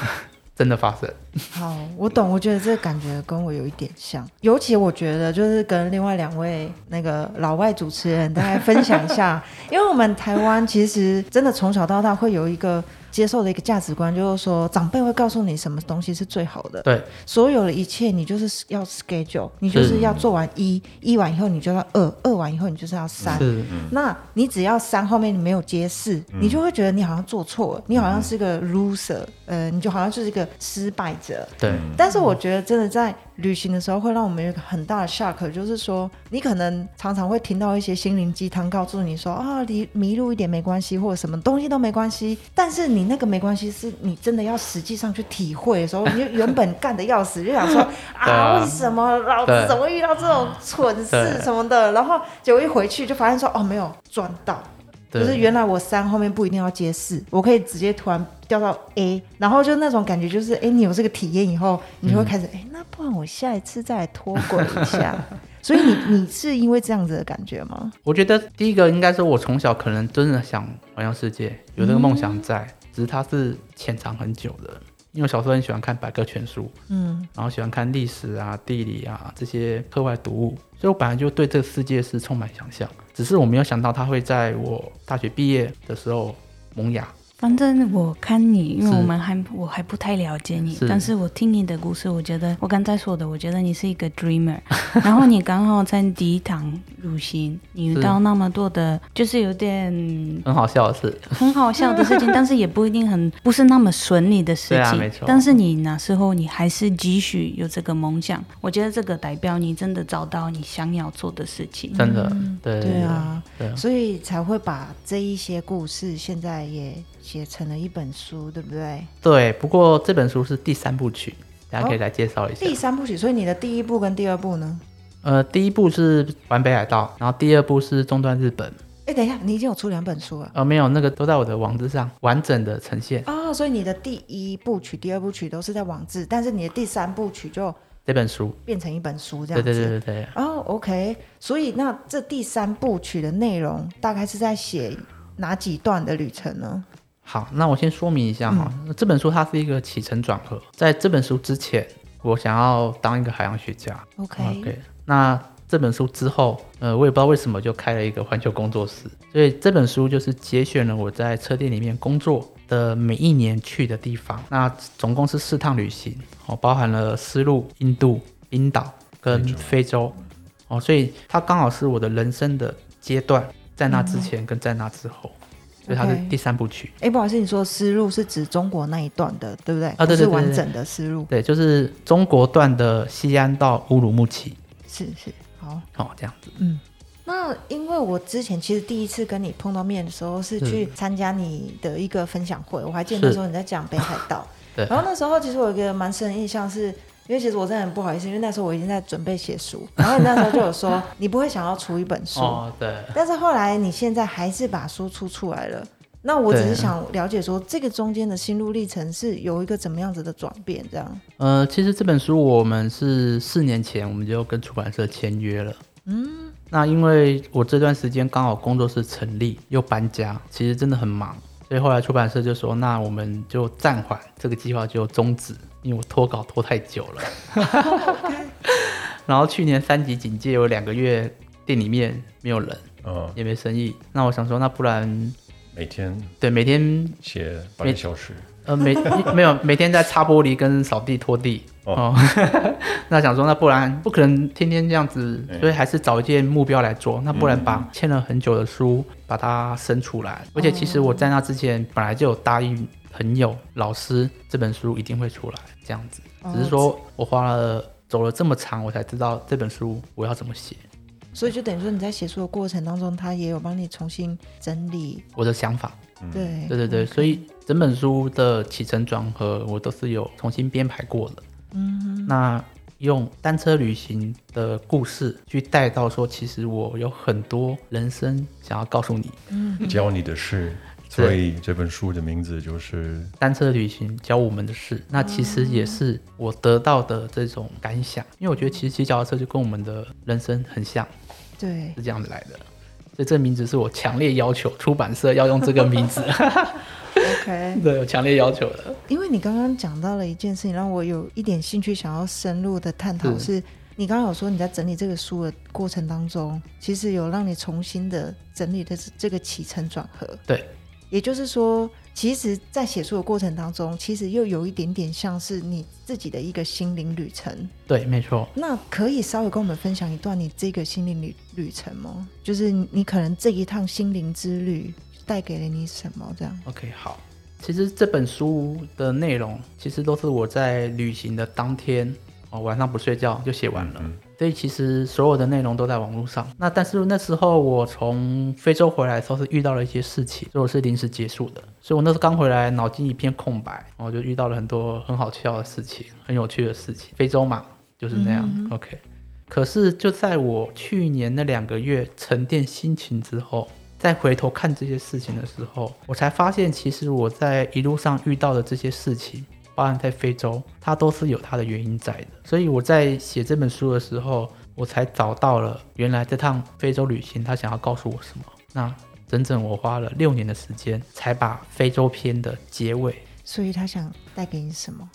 [SPEAKER 4] 真的发生。
[SPEAKER 2] 好，我懂，我觉得这个感觉跟我有一点像，尤其我觉得就是跟另外两位那个老外主持人大概分享一
[SPEAKER 4] <laughs>
[SPEAKER 2] 下，因为我们台湾其实真的从小到大会有一个接受的一个价值观，就是说长辈会告诉你什么东西是最好的，
[SPEAKER 4] 对，
[SPEAKER 2] 所有的一切你就是要 schedule，你就是是要
[SPEAKER 4] 嗯
[SPEAKER 2] 做完一，一完以后你就要二，二完以后你就是要三，
[SPEAKER 4] 是，
[SPEAKER 2] 那你只要三后面你没有接四，你就会觉得你好像做错了，你好像是个 loser，呃，你就好像就是一个失败者。
[SPEAKER 4] 嗯对，
[SPEAKER 2] <laughs> 但是我觉得真的在旅行的时候，会让我们有一个很大的 shock，就是说你可能常常会听到一些心灵鸡汤，告诉你说啊，离迷路一点没关系，或者什么东西都没关系。但是你那个没关系，是你真的要实际上去体会的时候，你就原本干的要死，就想说
[SPEAKER 4] 对啊
[SPEAKER 2] 啊，为什么老
[SPEAKER 4] 对
[SPEAKER 2] 子怎么会遇到这种蠢事
[SPEAKER 4] 对
[SPEAKER 2] 什么的？然后结果一回去就发现说哦，没有赚到。
[SPEAKER 4] 对，
[SPEAKER 2] 就是原来我三后面不一定要接四，我可以直接突然调到 A，然后就那种感觉，就是哎、诶你有这个体验以后，你
[SPEAKER 4] 嗯
[SPEAKER 2] 就会开始哎、诶那不然我下一次再来脱轨一下。 <laughs> 所以你你是因为这样子的感觉吗？
[SPEAKER 4] 我觉得第一个应该是我从小可能真的想环游世界，有这个梦想在，
[SPEAKER 2] 嗯
[SPEAKER 4] 只是它是潜藏很久的。因为我小时候很喜欢看百科全书，
[SPEAKER 2] 嗯，
[SPEAKER 4] 然后喜欢看历史啊、地理啊这些课外读物，所以我本来就对这个世界是充满想象。只是我没有想到它会在我大学毕业的时候萌芽。
[SPEAKER 5] 反正我看你，因
[SPEAKER 4] 是
[SPEAKER 5] 为我们还我还不太了解你，
[SPEAKER 4] 是
[SPEAKER 5] 但是我听你的故事，我觉得我刚才说的，我觉得你是一个 <laughs> dreamer，然后你刚好在第一趟旅行，你遇
[SPEAKER 4] 是
[SPEAKER 5] 到那么多的，就是有点
[SPEAKER 4] 很好笑的是，
[SPEAKER 5] 很好笑的事情，但是也不一定很不是那么顺利的事情。
[SPEAKER 4] 对啊没错
[SPEAKER 5] 但是你那时候你还是继续有这个梦想，我觉得这个代表你真的找到你想要做的事情。
[SPEAKER 4] 真的，对
[SPEAKER 2] 对啊，
[SPEAKER 4] 对啊
[SPEAKER 2] 所以才会把这一些故事现在也写成了一本书，对不对？
[SPEAKER 4] 对。不过这本书是第三部曲，大家可以来介绍一下。
[SPEAKER 2] 哦第三部曲，所以你的第一部跟第二部呢？
[SPEAKER 4] 呃，第一部是环北海道，然后第二部是中断日本。
[SPEAKER 2] 哎、等一下，你已经有出两本书了。
[SPEAKER 4] 呃，没有，那个都在我的网址上完整的呈现。
[SPEAKER 2] 哦，所以你的第一部曲、第二部曲都是在网志，但是你的第三部曲就
[SPEAKER 4] 这本书。
[SPEAKER 2] 变成一本书这样
[SPEAKER 4] 对
[SPEAKER 2] 子。
[SPEAKER 4] 对对对对，
[SPEAKER 2] 哦，OK，所以那这第三部曲的内容大概是在写哪几段的旅程呢？
[SPEAKER 4] 好，那我先说明一下哈、这本书它是一个起承转合。在这本书之前，我想要当一个海洋学家。
[SPEAKER 2] OK
[SPEAKER 4] 那这本书之后，呃，我也不知道为什么就开了一个环球工作室，所以这本书就是节选了我在车店里面工作的每一年去的地方。那总共是四趟旅行，哦，包含了丝路、印度、冰岛跟非洲，哦，所以它刚好是我的人生的阶段，在那之前跟在那之后，所以它是
[SPEAKER 2] OK
[SPEAKER 4] 第三部曲。
[SPEAKER 2] 哎，不好意思，你说的思路是指中国那一段的，对不对？
[SPEAKER 4] 啊对对对
[SPEAKER 2] 不是
[SPEAKER 4] 对
[SPEAKER 2] 完
[SPEAKER 4] 对
[SPEAKER 2] 整的思路，
[SPEAKER 4] 对，就是中国段的西安到乌鲁木齐，
[SPEAKER 2] 是是好。
[SPEAKER 4] 哦，这样子。
[SPEAKER 2] 那因为我之前其实第一次跟你碰到面的时候是
[SPEAKER 4] 是
[SPEAKER 2] 去参加你的一个分享会，我还记得那
[SPEAKER 4] 是，
[SPEAKER 2] 时候你在讲北海道
[SPEAKER 4] <laughs> 对
[SPEAKER 2] 然后那时候其实我有一个蛮深的印象是。因为其实我真的很不好意思，因为那时候我已经在准备写书，然后你那时候就有
[SPEAKER 4] <laughs>
[SPEAKER 2] 说你不会想要出一本书，
[SPEAKER 4] 哦，对，
[SPEAKER 2] 但是后来你现在还是把书出出来了，那我只是想了解说这个中间的心路历程是有一个怎么样子的转变，这样。
[SPEAKER 4] 呃，其实这本书我们是四年前我们就跟出版社签约了。嗯，那因为我这段时间刚好工作室成立又搬家，其实真的很忙，所以后来出版社就说，那我们就暂缓这个计划，就终止，因为我拖稿拖太久了。然后去年三级警戒有两个月，店里面没有人，
[SPEAKER 3] 啊，
[SPEAKER 4] 也没生意。那我想说，那不然
[SPEAKER 3] 每天
[SPEAKER 4] 对，每天
[SPEAKER 3] 写八个小时，
[SPEAKER 4] 呃每 <laughs> 没有每天在擦玻璃跟扫地拖地
[SPEAKER 3] 哦
[SPEAKER 4] 哦。 <laughs> 那想说，那不然不可能天天这样子，所以还是找一件目标来做。那不然把欠了很久的书把它生出来。而且其实我在那之前本来就有答应朋友、老师这本书一定会出来，这样子。
[SPEAKER 2] 哦
[SPEAKER 4] 只是说我花了走了这么长，我才知道这本书我要怎么写，
[SPEAKER 2] 所以就等于说你在写书的过程当中，他也有帮你重新整理，
[SPEAKER 4] 我的想法。
[SPEAKER 2] 对，
[SPEAKER 4] 嗯对对对，所以整本书的起承转合，我都是有重新编排过的。嗯，那用单车旅行的故事去带到说，其实我有很多人生想要告诉你，
[SPEAKER 3] 教你的事。
[SPEAKER 4] 嗯
[SPEAKER 3] 所以这本书的名字就是嗯
[SPEAKER 4] 单车旅行教我们的事。那其实也是我得到的这种感想，因为我觉得其实骑脚踏车就跟我们的人生很像，
[SPEAKER 2] 对，
[SPEAKER 4] 是这样子来的。所以这名字是我强烈要求出版社要用这个名字， <laughs>
[SPEAKER 2] OK，
[SPEAKER 4] 对，我强烈要求的。
[SPEAKER 2] 因为你刚刚讲到了一件事情，让我有一点兴趣想要深入的探讨是。你刚刚有说你在整理这个书的过程当中，其实有让你重新的整理的这这个起承转合。
[SPEAKER 4] 对，
[SPEAKER 2] 也就是说，其实，在写书的过程当中，其实又有一点点像是你自己的一个心灵旅程。
[SPEAKER 4] 对，没错。
[SPEAKER 2] 那可以稍微跟我们分享一段你这个心灵旅旅程吗？就是你可能这一趟心灵之旅带给了你什么？这样，
[SPEAKER 4] OK，好。其实这本书的内容，其实都是我在旅行的当天，哦，晚上不睡觉就写完了。所以其实所有的内容都在网络上。那但是那时候我从非洲回来的时候是遇到了一些事情，所以我是临时结束的。所以我那时候刚回来，脑筋一片空白，我就遇到了很多很好笑的事情，很有趣的事情。非洲嘛，就是那样。OK。可是就在我去年那两个月沉淀心情之后，再回头看这些事情的时候，我才发现，其实我在一路上遇到的这些事情，包含在非洲，它都是有它的原因在的。所以我在写这本书的时候，我才找到了原来这趟非洲旅行，它想要告诉我什么。那整整我花了六年的时间，才把非洲篇的结尾
[SPEAKER 2] 所以他想带给你什么？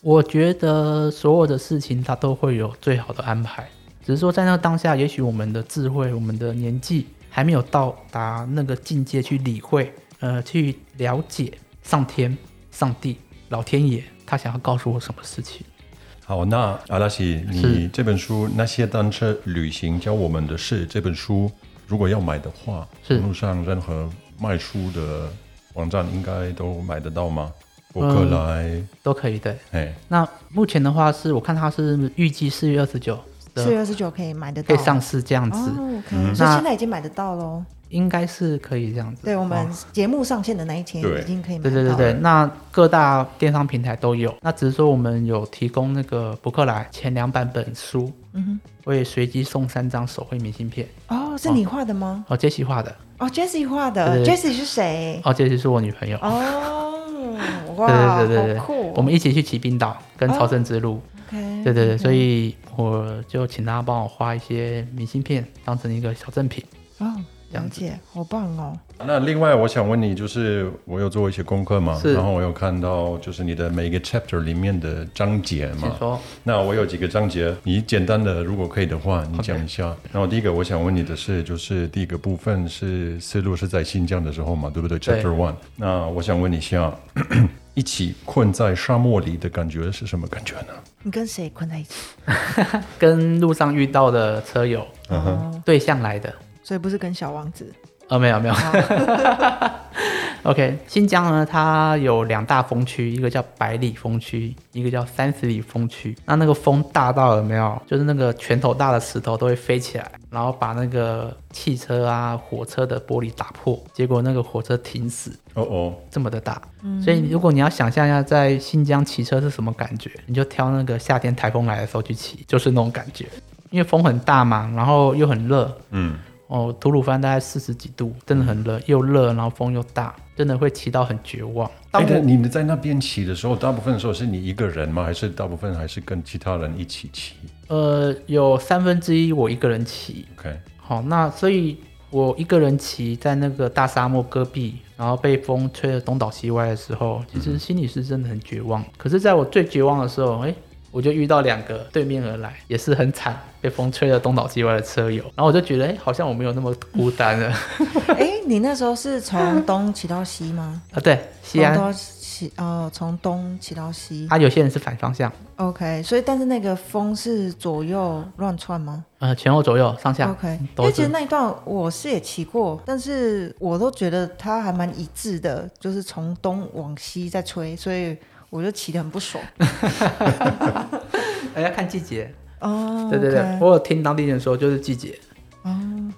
[SPEAKER 4] 我觉得所有的事情它都会有最好的安排，只是说在那当下，也许我们的智慧、我们的年纪还没有到达那个境界去理会、呃，去了解上天、上帝、老天爷他想要告诉我什么事情。
[SPEAKER 3] 好，那阿拉西，你
[SPEAKER 4] 是
[SPEAKER 3] 这本书《那些单车旅行教我们的事》这本书，如果要买的话，
[SPEAKER 4] 是
[SPEAKER 3] 网络上任何卖书的网站应该都买得到吗？
[SPEAKER 4] 嗯
[SPEAKER 3] 博客来，
[SPEAKER 4] 都可以对。
[SPEAKER 3] 哎、
[SPEAKER 4] 那目前的话是我看它是预计四月二十九
[SPEAKER 2] 四月
[SPEAKER 4] 的
[SPEAKER 2] 二十九可以买得到，
[SPEAKER 4] 可以上市嗯这样子，
[SPEAKER 2] 哦，OK，、
[SPEAKER 3] 嗯
[SPEAKER 2] 所以
[SPEAKER 4] 那
[SPEAKER 2] 现在已经买得到喽。
[SPEAKER 4] 应该是可以这样子。
[SPEAKER 2] 对我们
[SPEAKER 4] 哦
[SPEAKER 2] 节目上线的那一天
[SPEAKER 3] 对
[SPEAKER 2] 已经可以买
[SPEAKER 4] 对
[SPEAKER 2] 得
[SPEAKER 4] 对
[SPEAKER 2] 到
[SPEAKER 4] 对
[SPEAKER 2] 了。
[SPEAKER 4] 对，那各大电商平台都有，那只是说我们有提供那个博客来前两版本书，嗯哼，我也随机送三张手绘明信片，
[SPEAKER 2] 哦，是你画的吗？
[SPEAKER 4] 哦，杰西画的，
[SPEAKER 2] 哦，Jessie 画的
[SPEAKER 4] 对对
[SPEAKER 2] ，Jessie 是谁？
[SPEAKER 4] 哦，杰西是我女朋友，
[SPEAKER 2] 哦，
[SPEAKER 4] 对
[SPEAKER 2] 哇，
[SPEAKER 4] 对对对对，
[SPEAKER 2] 好酷哦！
[SPEAKER 4] 我们一起去骑冰岛跟朝圣之路，
[SPEAKER 2] OK，嗯
[SPEAKER 4] 对对对，所以我就请他帮我画一些明信片，当成一个小赠品，
[SPEAKER 2] 哦，
[SPEAKER 4] 这
[SPEAKER 2] 了
[SPEAKER 4] 样子
[SPEAKER 2] 解，好棒哦。
[SPEAKER 3] 那另外我想问你，就是我有做一些功课嘛，
[SPEAKER 4] 是
[SPEAKER 3] 然后我有看到就是你的每一个 chapter 里面的章节
[SPEAKER 4] 请
[SPEAKER 3] 嘛，
[SPEAKER 4] 说，
[SPEAKER 3] 那我有几个章节，你简单的如果可以的话，你讲一下。然后第一个我想问你的是，就是第一个部分是思路是在新疆的时候嘛，对不对
[SPEAKER 4] 对
[SPEAKER 3] ？Chapter One。那我想问一下， <clears throat> 一起困在沙漠里的感觉是什么感觉呢？
[SPEAKER 2] 你跟谁困在一起？
[SPEAKER 4] 跟路上遇到的车友
[SPEAKER 3] 嗯哼，
[SPEAKER 4] 对象来的，
[SPEAKER 2] 哦所以不是跟小王子。 <laughs>
[SPEAKER 4] 呃，没有没有。OK，新疆呢，它有两大风区，一个叫百里风区，一个叫三十里风区。那那个风大到有没有？就是那个拳头大的石头都会飞起来，然后把那个汽车啊、火车的玻璃打破，结果那个火车停死，
[SPEAKER 3] 哦哦，
[SPEAKER 4] 这么的大。所以如果你要想象一下在新疆骑车是什么感觉，你就挑那个夏天台风来的时候去骑，就是那种感觉，因为风很大嘛，然后又很热，
[SPEAKER 3] 嗯，
[SPEAKER 4] 哦，吐鲁番大概四十几度，真的很热，又热，然后风又大，真的会骑到很绝望。当
[SPEAKER 3] 哎，那
[SPEAKER 4] 我
[SPEAKER 3] 你们在那边骑的时候，大部分的时候是你一个人吗？还是大部分还是跟其他人一起骑
[SPEAKER 4] 呃有三分之一我一个人骑，
[SPEAKER 3] ？OK，
[SPEAKER 4] 好，那所以我一个人骑在那个大沙漠戈壁，然后被风
[SPEAKER 3] 嗯
[SPEAKER 4] 吹得东倒西歪的时候，其实心里是真的很绝望。可是在我最绝望的时候，哎，我就遇到两个对面而来，也是很惨，被风吹得东倒西歪的车友。然后我就觉得，哎、好像我没有那么孤单了。 <laughs>
[SPEAKER 2] 哎，你那时候是从东骑到西吗？
[SPEAKER 4] 啊，对，西安
[SPEAKER 2] 从，东骑哦，从东骑到西。
[SPEAKER 4] 啊，有些人是反方向，
[SPEAKER 2] OK，所以但是那个风是左右乱窜吗
[SPEAKER 4] 呃，前后左右上下
[SPEAKER 2] ？OK，因
[SPEAKER 4] 都
[SPEAKER 2] 为
[SPEAKER 4] 是
[SPEAKER 2] 其实那一段我是也骑过，但是我都觉得它还蛮一致的，就是从东往西在吹，所以我就骑得很不爽。
[SPEAKER 4] 哎要看季节。
[SPEAKER 2] 哦，
[SPEAKER 4] <laughs> 对对对
[SPEAKER 2] OK
[SPEAKER 4] 我有听当地人说，就是季节。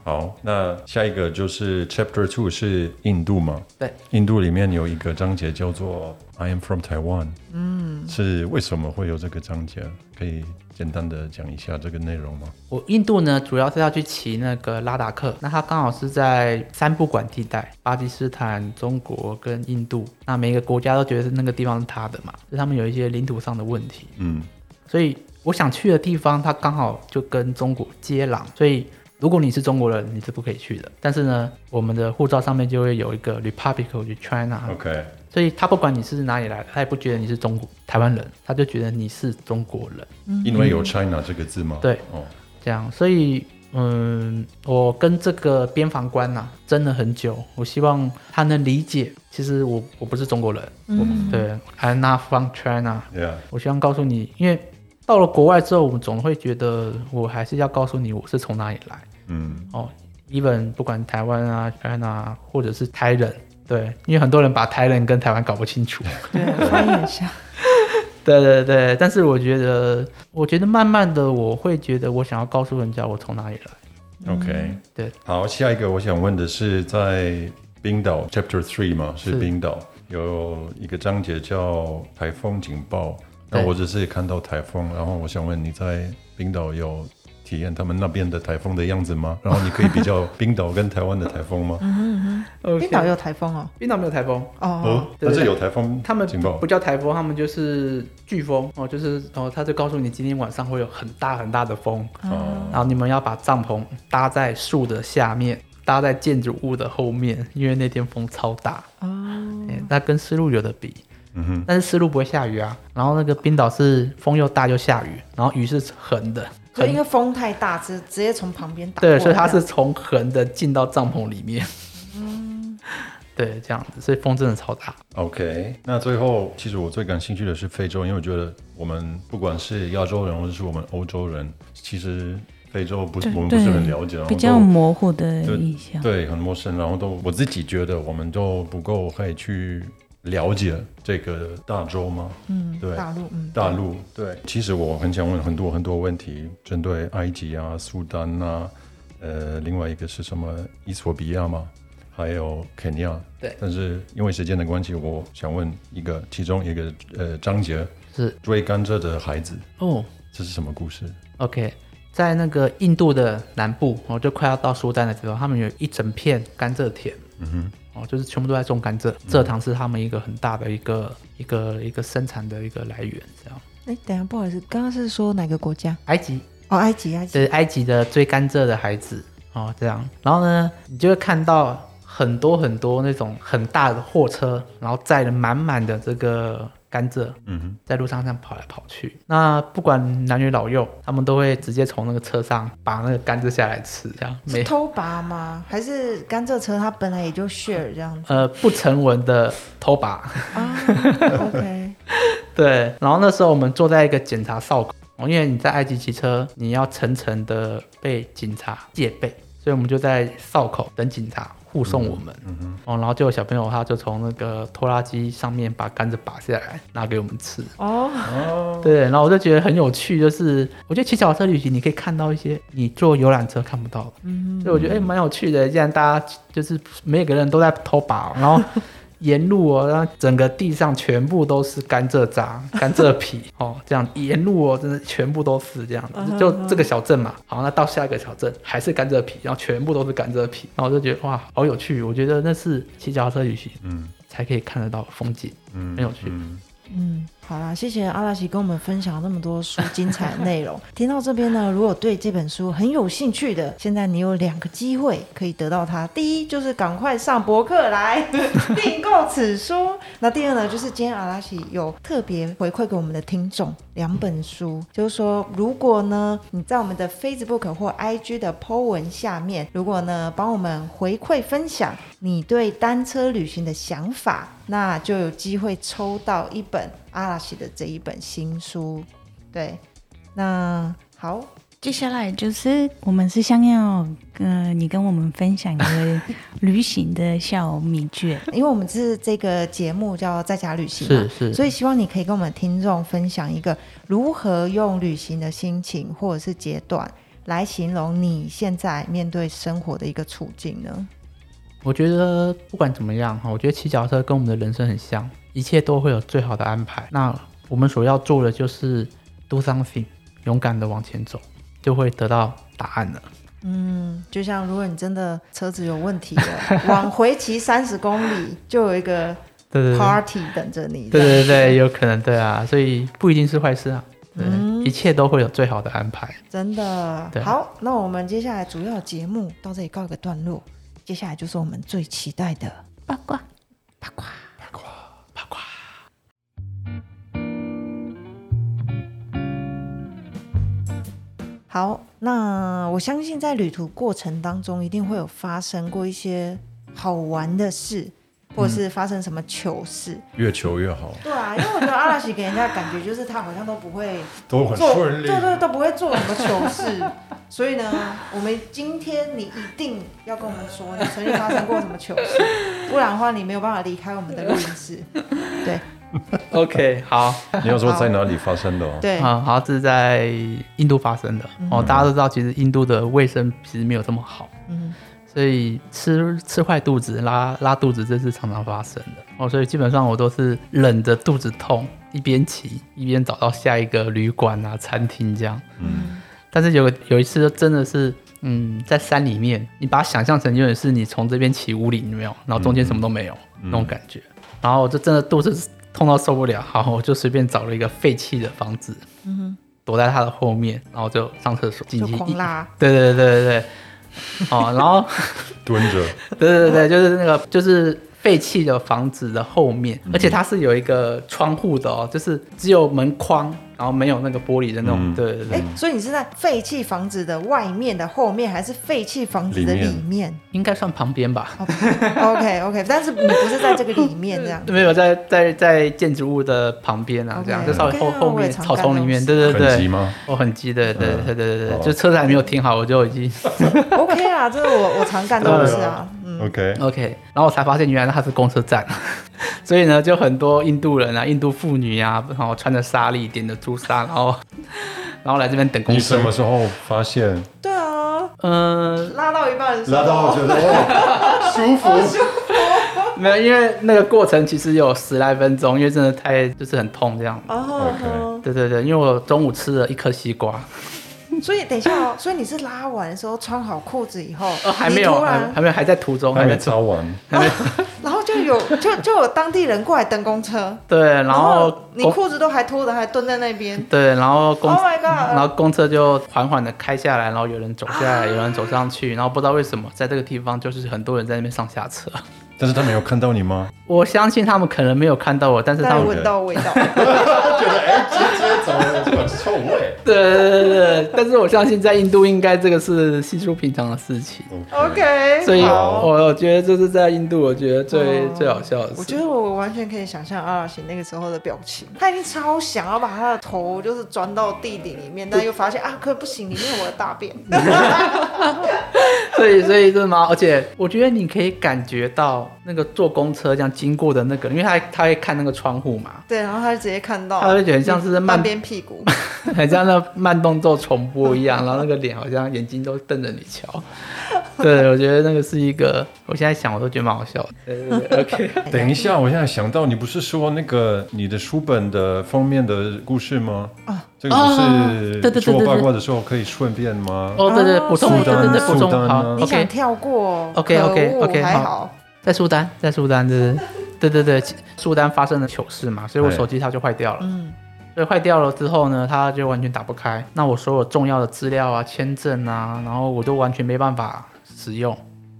[SPEAKER 3] 好，那下一个就是 Chapter Two 是印度嘛？
[SPEAKER 4] 对，
[SPEAKER 3] 印度里面有一个章节叫做 "I am from Taiwan"，嗯，是为什么会有这个章节？可以简单的讲一下这个内容吗？
[SPEAKER 4] 我印度呢，主要是要去骑那个拉达克，那它刚好是在三不管地带，巴基斯坦、中国跟印度，那每个国家都觉得是那个地方是他的嘛，所以他们有一些领土上的问题，
[SPEAKER 3] 嗯，
[SPEAKER 4] 所以我想去的地方，它刚好就跟中国接壤，所以如果你是中国人，你是不可以去的。但是呢，我们的护照上面就会有一个 Republic of China，
[SPEAKER 3] OK，
[SPEAKER 4] 所以他不管你是哪里来的，他也不觉得你是中国台湾人，他就觉得你是中国人。
[SPEAKER 3] 因为有 China 这个字吗？
[SPEAKER 4] 嗯对，
[SPEAKER 3] 哦，
[SPEAKER 4] 这样，所以嗯，我跟这个边防官呐、争了很久，我希望他能理解，其实我我不是中国人，
[SPEAKER 2] 嗯，
[SPEAKER 4] 对，I'm not from China。
[SPEAKER 3] 对啊，
[SPEAKER 4] 我希望告诉你，因为到了国外之后，我们总会觉得我还是要告诉你我是从哪里来
[SPEAKER 3] 嗯，
[SPEAKER 4] 哦。even 不管台湾啊、China 啊或者是台人，对，因为很多人把台人跟台湾搞不清 <laughs> 楚。
[SPEAKER 2] 对，翻译一下。
[SPEAKER 4] 对对对，但是我觉得，我觉得慢慢的，我会觉得我想要告诉人家我从哪里来。
[SPEAKER 3] OK，
[SPEAKER 4] 嗯对。
[SPEAKER 3] 好，下一个我想问的是，在冰岛 Chapter Three 嘛，是
[SPEAKER 4] 是
[SPEAKER 3] 冰岛有一个章节叫台风警报。
[SPEAKER 4] 对
[SPEAKER 3] 那我只是看到台风，然后我想问你在冰岛有体验他们那边的台风的样子吗？然后你可以比较冰岛跟台湾的台
[SPEAKER 4] <laughs>
[SPEAKER 3] 风吗？
[SPEAKER 2] 冰岛有台风哦，
[SPEAKER 4] 冰岛没有台风，
[SPEAKER 2] 哦，
[SPEAKER 3] 哦，
[SPEAKER 4] 对
[SPEAKER 3] 但是有台风
[SPEAKER 4] 他们
[SPEAKER 3] 警
[SPEAKER 4] 不
[SPEAKER 3] 报
[SPEAKER 4] 不。叫台风，他们就是飓风哦，就是哦，他就告诉你今天晚上会有很大很大的风，
[SPEAKER 3] 哦，
[SPEAKER 4] 然后你们要把帐篷搭在树的下面，搭在建筑物的后面，因为那天风超大。
[SPEAKER 2] 哦，
[SPEAKER 4] 哎那跟丝路有的比，
[SPEAKER 3] 嗯哼，
[SPEAKER 4] 但是丝路不会下雨啊。然后那个冰岛是风又大又下雨，然后雨是横的，
[SPEAKER 2] 就因
[SPEAKER 4] 横
[SPEAKER 2] 为风太大，直直接从旁边打过来。
[SPEAKER 4] 对，所以它是从横的进到帐篷里面。 <laughs> 对，这样子，所以风真的超大。
[SPEAKER 3] OK，那最后其实我最感兴趣的是非洲，因为我觉得我们不管是亚洲人或者是我们欧洲人，其实非洲不是
[SPEAKER 5] 对
[SPEAKER 3] 我们不是
[SPEAKER 5] 对
[SPEAKER 3] 很了 <laughs> 解，然后
[SPEAKER 5] 比较
[SPEAKER 3] 都
[SPEAKER 5] 模糊的
[SPEAKER 3] 对
[SPEAKER 5] 印象。
[SPEAKER 3] 对，很陌生。然后都我自己觉得我们都不够会去了解这个大洲吗？
[SPEAKER 2] 嗯，
[SPEAKER 3] 对
[SPEAKER 2] 大陆，嗯，
[SPEAKER 3] 大陆对，其实我很想问很多很多问题，针对埃及啊、苏丹啊，呃，另外一个是什么？伊索比亚吗？还有肯尼亚。
[SPEAKER 4] 对
[SPEAKER 3] 但是因为时间的关系，我想问一个，其中一个呃章节
[SPEAKER 4] 是
[SPEAKER 3] 追甘蔗的孩子，
[SPEAKER 4] 哦，
[SPEAKER 3] 这是什么故事？
[SPEAKER 4] OK，在那个印度的南部，哦，就快要到苏丹的时候，他们有一整片甘蔗田，嗯哼，哦，就是全部都在种甘蔗，蔗糖是他们一个很大的一个一个一个生产的一个来源，这样。
[SPEAKER 2] 哎，等一下，不好意思，刚刚是说哪个国家？
[SPEAKER 4] 埃及，
[SPEAKER 2] 哦，埃及，埃及，
[SPEAKER 4] 对，埃及的追甘蔗的孩子，哦，这样，然后呢，你就会看到很多很多那种很大的货车，然后载了满满的这个甘蔗，
[SPEAKER 3] 嗯哼，
[SPEAKER 4] 在路上这样跑来跑去。那不管男女老幼，他们都会直接从那个车上把那个甘蔗下来吃，这样
[SPEAKER 2] 是
[SPEAKER 4] 没
[SPEAKER 2] 偷拔吗？还是甘蔗车它本来也就 share 这
[SPEAKER 4] <laughs>
[SPEAKER 2] 样子
[SPEAKER 4] 呃不成文的偷拔。 <laughs>
[SPEAKER 2] 啊？OK，
[SPEAKER 4] 对，然后那时候我们坐在一个检查哨口，哦因为你在埃及骑车，你要层层的被警察戒备，所以我们就在哨口等警察。护送我们，嗯哦，然后就有小朋友，他就从那个拖拉机上面把甘蔗拔下来，拿给我们吃。
[SPEAKER 2] 哦，
[SPEAKER 4] 对，然后我就觉得很有趣，就是我觉得骑脚踏车旅行，你可以看到一些你坐游览车看不到的，所以我觉得哎蛮、有趣的。既然大家就是每个人都在偷拔，然 <laughs> 后沿路哦，然后整个地上全部都是甘蔗渣、甘蔗 <laughs> 皮哦，这样沿路哦，真的全部都是这样子。就这个小镇嘛，好，那到下一个小镇还是甘蔗皮，然后全部都是甘蔗皮，然后我就觉得哇，好有趣。我觉得那是骑脚踏车旅行
[SPEAKER 3] 嗯
[SPEAKER 4] 才可以看得到的风景，
[SPEAKER 3] 嗯
[SPEAKER 4] 很有趣。
[SPEAKER 3] 嗯
[SPEAKER 2] 嗯，好啦，谢谢阿拉奇跟我们分享了那么多书精彩的内容。听到这边呢，如果对这本书很有兴趣的，现在你有两个机会可以得到它。第一就是赶快上博客来订购此书。那第二呢，就是今天阿拉奇有特别回馈给我们的听众两本书，就是说如果呢你在我们的 Facebook 或 IG 的 po 文下面，如果呢帮我们回馈分享你对单车旅行的想法，那就有机会抽到一本阿拉西的这一本新书。对，那好，
[SPEAKER 5] 接下来就是我们是想要，呃，你跟我们分享一个旅行的小秘诀。
[SPEAKER 2] 因为我们是这个节目叫在家旅行嘛
[SPEAKER 4] 是，是，
[SPEAKER 2] 所以希望你可以跟我们听众分享一个如何用旅行的心情或者是阶段来形容你现在面对生活的一个处境呢？
[SPEAKER 4] 我觉得不管怎么样哈，我觉得骑脚踏车跟我们的人生很像，一切都会有最好的安排。那我们所要做的就是 do something，勇敢的往前走，就会得到答案了。
[SPEAKER 2] 嗯，就像如果你真的车子有问题 <laughs> 了，往回骑三十公里就有一个
[SPEAKER 4] 对对对
[SPEAKER 2] party 等着你。
[SPEAKER 4] 对对对，有可能对啊，所以不一定是坏事啊。对，一切都会有最好的安排。
[SPEAKER 2] 真的
[SPEAKER 4] 对
[SPEAKER 2] 好。那我们接下来主要节目到这里告一个段落，接下来就是我们最期待的
[SPEAKER 5] 八卦，
[SPEAKER 2] 好，那我相信在旅途过程当中，一定会有发生过一些好玩的事，或者是发生什么糗事。
[SPEAKER 3] 越求越好，
[SPEAKER 2] 对啊，因为我觉得阿拉西给人家感觉就是他好像都不会
[SPEAKER 3] 都很
[SPEAKER 2] 做，
[SPEAKER 3] 顺利。
[SPEAKER 2] 对对，都不会做什么糗 <laughs> 事。所以呢，我们今天你一定要跟我们说你曾经发生过什么糗事，不然的话你没有办法离开我们的录音 <laughs> 室。对
[SPEAKER 4] OK，好，
[SPEAKER 3] 你要说在哪里发生的哦？
[SPEAKER 2] 对，
[SPEAKER 4] 嗯，好，这是在印度发生的哦。大家都知道，其实印度的卫生其实没有这么好，
[SPEAKER 2] 嗯，
[SPEAKER 4] 所以吃吃坏肚子、拉拉肚子，这是常常发生的哦。所以基本上我都是忍着肚子痛，一边骑一边找到下一个旅馆啊、餐厅这样。
[SPEAKER 3] 嗯，
[SPEAKER 4] 但是有个有一次就真的是，嗯，在山里面，你把它想象成有点是你从这边骑五里，有没有？然后中间什么都没有、那种感觉。然后我就真的肚子痛到受不了，好，我就随便找了一个废弃的房子，嗯躲在它的后面，然后就上厕所进
[SPEAKER 2] 就
[SPEAKER 4] 去
[SPEAKER 2] 狂
[SPEAKER 4] 一，
[SPEAKER 2] 拉，
[SPEAKER 4] 对对对对对，哦，然后。
[SPEAKER 3] 蹲着，
[SPEAKER 4] 对对对，就是那个就是废弃的房子的后面，而且它是有一个窗户的哦，就是只有门框，然后没有那个玻璃的那种。
[SPEAKER 3] 嗯
[SPEAKER 4] 对对对，
[SPEAKER 2] 哎、所以你是在废弃房子的外面的后面，还是废弃房子的里
[SPEAKER 3] 里
[SPEAKER 2] 面
[SPEAKER 4] 应该算旁边吧？。
[SPEAKER 2] ？OK OK，但是你不是在这个里面这样
[SPEAKER 4] 没有在在在建筑物的旁边啊，这样
[SPEAKER 2] OK，
[SPEAKER 4] 就稍微
[SPEAKER 2] OK，
[SPEAKER 4] 后
[SPEAKER 2] 那
[SPEAKER 4] 后
[SPEAKER 2] 我也
[SPEAKER 4] 面
[SPEAKER 2] 常
[SPEAKER 4] 草
[SPEAKER 2] 干
[SPEAKER 4] 丛
[SPEAKER 2] 这
[SPEAKER 4] 里
[SPEAKER 2] 种
[SPEAKER 4] 面。
[SPEAKER 2] 事
[SPEAKER 4] 对对
[SPEAKER 3] 很急
[SPEAKER 4] 对，
[SPEAKER 3] 吗？
[SPEAKER 4] 我很急的，对
[SPEAKER 3] 嗯
[SPEAKER 4] 对对对对
[SPEAKER 3] 哦
[SPEAKER 4] 就车子还没有停好，我就已经
[SPEAKER 2] OK 啊，这是我我常干的事
[SPEAKER 3] 对
[SPEAKER 2] 啊。嗯，
[SPEAKER 3] OK，
[SPEAKER 4] OK，然后我才发现原来它是公车站，啊 <laughs> 所以呢，就很多印度人啊、印度妇女啊，然后穿着纱丽、点着朱砂，然后然后来这边等公
[SPEAKER 3] 你
[SPEAKER 4] 车
[SPEAKER 3] 什。么时候发现？
[SPEAKER 2] 对啊，
[SPEAKER 4] 嗯、
[SPEAKER 2] 拉到一半的时候，
[SPEAKER 3] 觉得哦舒服，
[SPEAKER 4] 没有，因为那个过程其实有十来分钟，因为真的太就是很痛这样。
[SPEAKER 2] 哦
[SPEAKER 3] OK
[SPEAKER 4] 对对对，因为我中午吃了一颗西瓜，
[SPEAKER 2] 所以等一下哦，所以你是拉完的时候穿好裤子以后，
[SPEAKER 4] 呃，还没有，
[SPEAKER 2] 你突
[SPEAKER 4] 还
[SPEAKER 2] 然
[SPEAKER 4] 还没有，还在途中，
[SPEAKER 3] 还
[SPEAKER 4] 还在
[SPEAKER 3] 没
[SPEAKER 4] 途。
[SPEAKER 3] 擦完，
[SPEAKER 2] 然后就有就就有当地人过来等公车，
[SPEAKER 4] 对，然后哦
[SPEAKER 2] 你
[SPEAKER 4] 公
[SPEAKER 2] 裤子都还脱的，还蹲在那边。
[SPEAKER 4] 对，然后公
[SPEAKER 2] Oh my god
[SPEAKER 4] 然后公车就缓缓的开下来，然后有人走下来，有人走上去，然后不知道为什么在这个地方就是很多人在那边上下车。
[SPEAKER 3] 但是他没有看到你吗？
[SPEAKER 4] 我相信他们可能没有看到我，但是他
[SPEAKER 2] 但
[SPEAKER 4] 们
[SPEAKER 2] 闻到味道，
[SPEAKER 3] <laughs>
[SPEAKER 4] <laughs>
[SPEAKER 3] 他觉得哎，直接走了，这个臭味。
[SPEAKER 4] 对对对对对，但是我相信在印度应该这个是稀疏平常的事情。
[SPEAKER 2] OK，
[SPEAKER 4] 所以
[SPEAKER 2] 好
[SPEAKER 4] 我我觉得这是在印度，我觉得最、最好笑的
[SPEAKER 2] 我
[SPEAKER 4] 事
[SPEAKER 2] 觉。得我完全可以想象阿拉西那个时候的表情，他已经超想要把他的头就是钻到地底里面，但又发现啊，可不行，里面有我的大便。 <laughs>
[SPEAKER 4] 所以所以这吗？而且我觉得你可以感觉到那个坐公车这样经过的那个，因为他他会看那个窗户嘛，
[SPEAKER 2] 对，然后他就直接看到，
[SPEAKER 4] 他会觉得像是慢
[SPEAKER 2] 半边屁股。
[SPEAKER 4] <laughs> 很像那慢动作重播一样，然后那个脸好像眼睛都瞪着你瞧。对，我觉得那个是一个，我现在想我都觉得蛮好笑的。对对对，OK，
[SPEAKER 3] 等一下，我现在想到，你不是说那个你的书本的封面的故事吗？啊，这个
[SPEAKER 5] 对对
[SPEAKER 3] 不是
[SPEAKER 5] 对
[SPEAKER 3] 说
[SPEAKER 5] 对
[SPEAKER 3] 八
[SPEAKER 5] 对
[SPEAKER 3] 卦的时候可以顺便吗？
[SPEAKER 4] 哦对对，补充
[SPEAKER 2] 苏
[SPEAKER 4] 对
[SPEAKER 2] 丹
[SPEAKER 4] 对对补充
[SPEAKER 3] 苏丹啊
[SPEAKER 4] 好
[SPEAKER 2] 你想
[SPEAKER 4] ，OK，
[SPEAKER 2] 跳过
[SPEAKER 4] OK，OK，OK，
[SPEAKER 2] 可恶还
[SPEAKER 4] 好
[SPEAKER 2] 好。
[SPEAKER 4] 在苏丹在苏丹对对对对对，苏丹发生了糗事嘛，所以我
[SPEAKER 3] 对
[SPEAKER 4] 手机它就坏掉了。
[SPEAKER 2] 嗯，
[SPEAKER 4] 所以坏掉了之后呢，它就完全打不开。那我所有重要的资料啊、签证啊，然后我都完全没办法使用，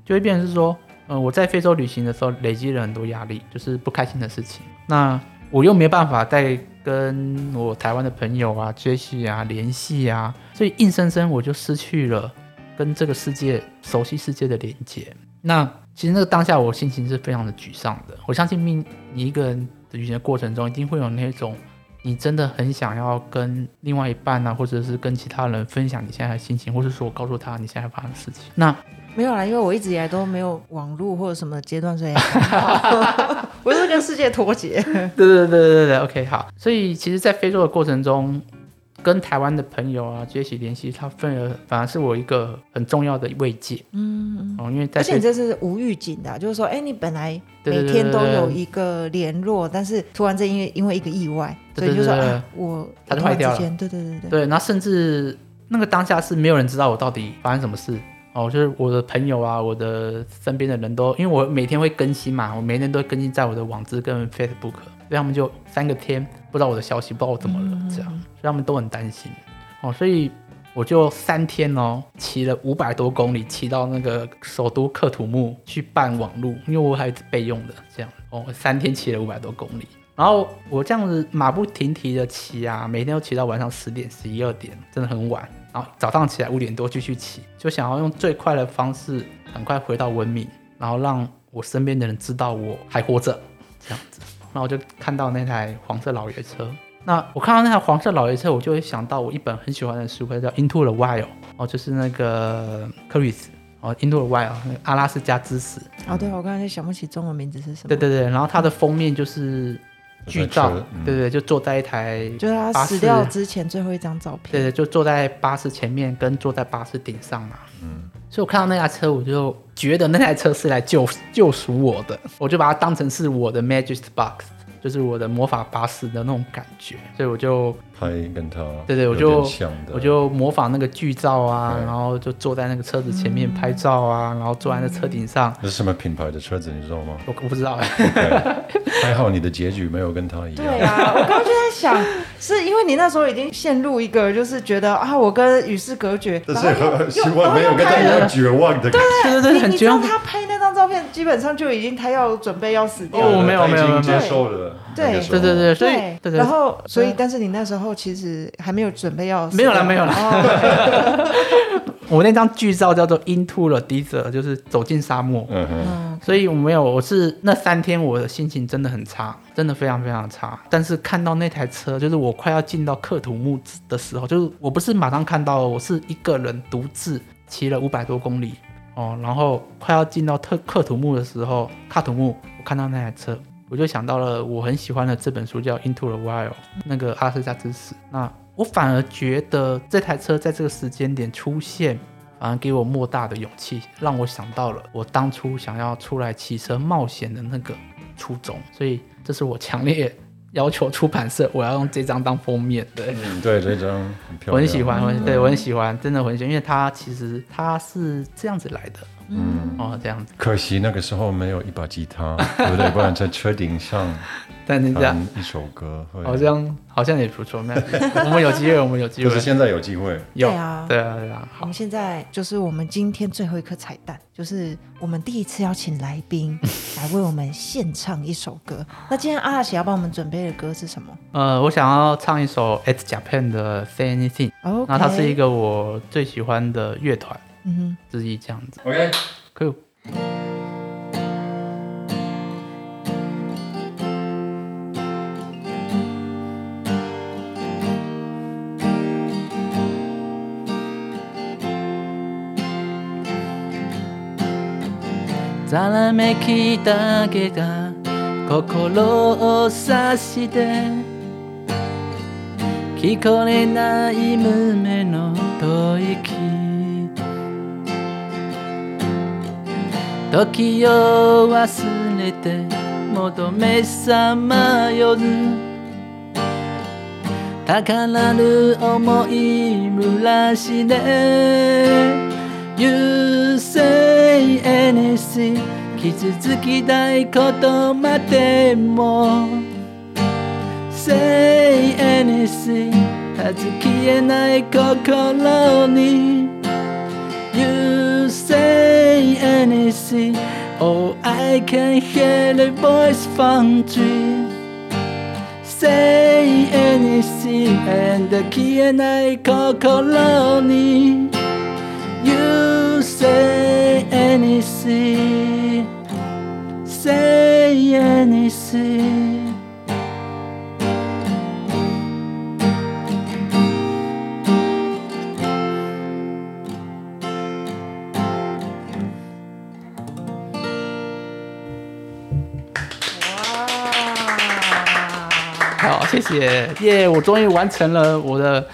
[SPEAKER 4] 就会变成是说，呃，我在非洲旅行的时候累积了很多压力，就是不开心的事情。那我又没办法再跟我台湾的朋友啊、Jesse 啊联系啊，所以硬生生我就失去了跟这个世界、熟悉世界的连接。那其实那个当下我心情是非常的沮丧的。我相信命，你一个人的旅行的过程中，一定会有那种你真的很想要跟另外一半啊，或者是跟其他人分享你现在的心情，或者说我告诉他你现在发生的事情。
[SPEAKER 2] <laughs>
[SPEAKER 4] 那
[SPEAKER 2] 没有啦，因为我一直以来都没有网络或者什么的阶段，所以还好 <laughs> 我就是跟世界脱节。
[SPEAKER 4] 对对对对对对，OK，好。所以其实，在非洲的过程中，跟台湾的朋友啊、接起联系，它反而反而是我一个很重要的慰藉。嗯，哦，因为在
[SPEAKER 2] 而且
[SPEAKER 4] 非
[SPEAKER 2] 你这是无预警的啊、就是说，哎，你本来
[SPEAKER 4] 对
[SPEAKER 2] 每
[SPEAKER 4] 对对
[SPEAKER 2] 天都
[SPEAKER 4] 对对
[SPEAKER 2] 有一个联络，但是突然间因为因为一个意外，所
[SPEAKER 4] 对
[SPEAKER 2] 以
[SPEAKER 4] 对
[SPEAKER 2] 就说
[SPEAKER 4] 对对
[SPEAKER 2] 啊，我
[SPEAKER 4] 它就
[SPEAKER 2] 突然
[SPEAKER 4] 坏掉
[SPEAKER 2] 之
[SPEAKER 4] 了
[SPEAKER 2] 间对对对对，
[SPEAKER 4] 对，然后甚至那个当下是没有人知道我到底发生什么事哦，就是我的朋友啊，我的身边的人都，因为我每天会更新嘛，我每天都会更新在我的网志跟 Facebook，所以他们就三个天不知道我的消息，不知道我怎么了，这样，所以他们都很担心哦，所以。我就三天哦，骑了五百多公里，骑到那个首都克土木去办网路，因为我还是备用的，这样哦，我三天骑了五百多公里。然后我这样子马不停蹄的骑啊，每天都骑到晚上十点、十一二点，真的很晚。然后早上起来五点多继续骑，就想要用最快的方式赶快回到文明，然后让我身边的人知道我还活着，这样子。然后我就看到那台黄色老爷车，那我看到那台黄色老爷车，我就会想到我一本很喜欢的书，它叫《Into the Wild》，哦，就是那个克里斯，哦，《Into the Wild》那个阿拉斯加之死，
[SPEAKER 2] 哦，对，我刚才就想不起中文名字是什么
[SPEAKER 4] 对，对对，然后它的封面就是
[SPEAKER 3] 就在
[SPEAKER 4] 巨照
[SPEAKER 3] 车，嗯
[SPEAKER 4] 对对，就坐在一台，
[SPEAKER 2] 就是他
[SPEAKER 4] 巴
[SPEAKER 2] 死
[SPEAKER 4] 士
[SPEAKER 2] 掉之前最后一张照片。
[SPEAKER 4] 对对，就坐在巴士前面跟坐在巴士顶上嘛。
[SPEAKER 3] 嗯
[SPEAKER 4] 所以我看到那台车，我就觉得那台车是来救救赎我的，我就把它当成是我的 Magic Box，就是我的魔法巴士的那种感觉，所以我就
[SPEAKER 3] 拍跟他
[SPEAKER 4] 对对，
[SPEAKER 3] 有
[SPEAKER 4] 我
[SPEAKER 3] 点
[SPEAKER 4] 就
[SPEAKER 3] 像的，
[SPEAKER 4] 我就模仿那个剧照啊，
[SPEAKER 3] 对
[SPEAKER 4] 然后就坐在那个车子前面拍照啊，然后坐在那车顶上，
[SPEAKER 3] 这是什么品牌的车子，你知道吗？
[SPEAKER 4] 我我不知道 <laughs> 哎、
[SPEAKER 3] 对还好你的结局没有跟他一样。
[SPEAKER 2] 对啊，我刚刚就在想， <laughs> 是因为你那时候已经陷入一个就是觉得啊，我跟与世隔绝，
[SPEAKER 3] 但
[SPEAKER 2] 然
[SPEAKER 3] 是
[SPEAKER 2] 后又
[SPEAKER 3] <laughs> 很希
[SPEAKER 2] 又然
[SPEAKER 3] 望
[SPEAKER 2] 后
[SPEAKER 3] 没有
[SPEAKER 2] 又
[SPEAKER 3] 跟他
[SPEAKER 2] 拍
[SPEAKER 3] 一
[SPEAKER 2] 了
[SPEAKER 3] 样绝望的感觉。
[SPEAKER 4] 对对对，
[SPEAKER 2] 你
[SPEAKER 4] 很
[SPEAKER 2] 你知道
[SPEAKER 4] 绝望
[SPEAKER 2] 他拍那张照片，基本上就已经他要准备要死掉
[SPEAKER 4] 哦
[SPEAKER 2] 了。
[SPEAKER 4] 没有
[SPEAKER 3] 他已
[SPEAKER 4] 没有没有
[SPEAKER 3] 经接受了。
[SPEAKER 2] 对
[SPEAKER 3] 那个时候
[SPEAKER 4] 对对对，所以对对，
[SPEAKER 2] 然后所以
[SPEAKER 4] 对，
[SPEAKER 2] 但是你那时候其实还没有准备要死
[SPEAKER 4] 没有啦
[SPEAKER 2] 掉
[SPEAKER 4] 没有啦
[SPEAKER 2] 哦
[SPEAKER 4] 我那张剧照叫做《Into the Desert》，就是走进沙漠。
[SPEAKER 3] 嗯哼，
[SPEAKER 4] 所以我没有，我是那三天我的心情真的很差，真的非常非常差。但是看到那台车，就是我快要进到克土木的时候，就是我不是马上看到，我是一个人独自骑了五百多公里哦，然后快要进到特克土木的时候，卡土木，我看到那台车，我就想到了我很喜欢的这本书叫《Into the Wild》，那个阿拉斯加之死。那我反而觉得这台车在这个时间点出现，反而给我莫大的勇气，让我想到了我当初想要出来骑车冒险的那个初衷。所以，这是我强烈 <laughs> 要求出版社，我要用这张当封面。对，
[SPEAKER 3] 嗯对，这张很漂亮，
[SPEAKER 4] 我很喜欢，我很对
[SPEAKER 2] 嗯
[SPEAKER 4] 我很喜欢，真的我很喜欢，因为它其实它是这样子来的，嗯，哦，这样子，
[SPEAKER 3] 可惜那个时候没有一把吉他，对不对？不然在车顶上
[SPEAKER 4] 但是这样
[SPEAKER 3] 弹。一首歌，会
[SPEAKER 4] 好像嗯 <laughs> 好像也不错，那我们有机会，我们有机
[SPEAKER 3] 可
[SPEAKER 4] 会
[SPEAKER 3] 是，现在有机会，
[SPEAKER 4] 有
[SPEAKER 2] 对啊
[SPEAKER 4] 对啊，对啊，
[SPEAKER 2] 我
[SPEAKER 4] 好
[SPEAKER 2] 们，现在就是我们今天最后一颗彩蛋，就是我们第一次邀请来宾来为我们献唱一首歌。那今天阿拉喜要帮我们准备的歌是什么
[SPEAKER 4] 呃，我想要唱一首 At Japan 的 Say Anything，
[SPEAKER 2] ？OK，
[SPEAKER 4] 然后它是一，个我最喜欢的乐团
[SPEAKER 2] 哦嗯哼，
[SPEAKER 4] 之一，这样子。
[SPEAKER 3] OK，
[SPEAKER 4] Cool。ざらめきだけが心を刺して聞こえない夢の吐息時を忘れて求めさまよる宝なる思いむらして You say anything
[SPEAKER 6] 傷つきたいことまでも Say anything はず消えない心に You say anything Oh I can hear the voice from tree Say anything and 消えない心に You say anything Say anything
[SPEAKER 2] 哇！
[SPEAKER 6] 好，谢谢， <laughs> 耶、我终于完成了我的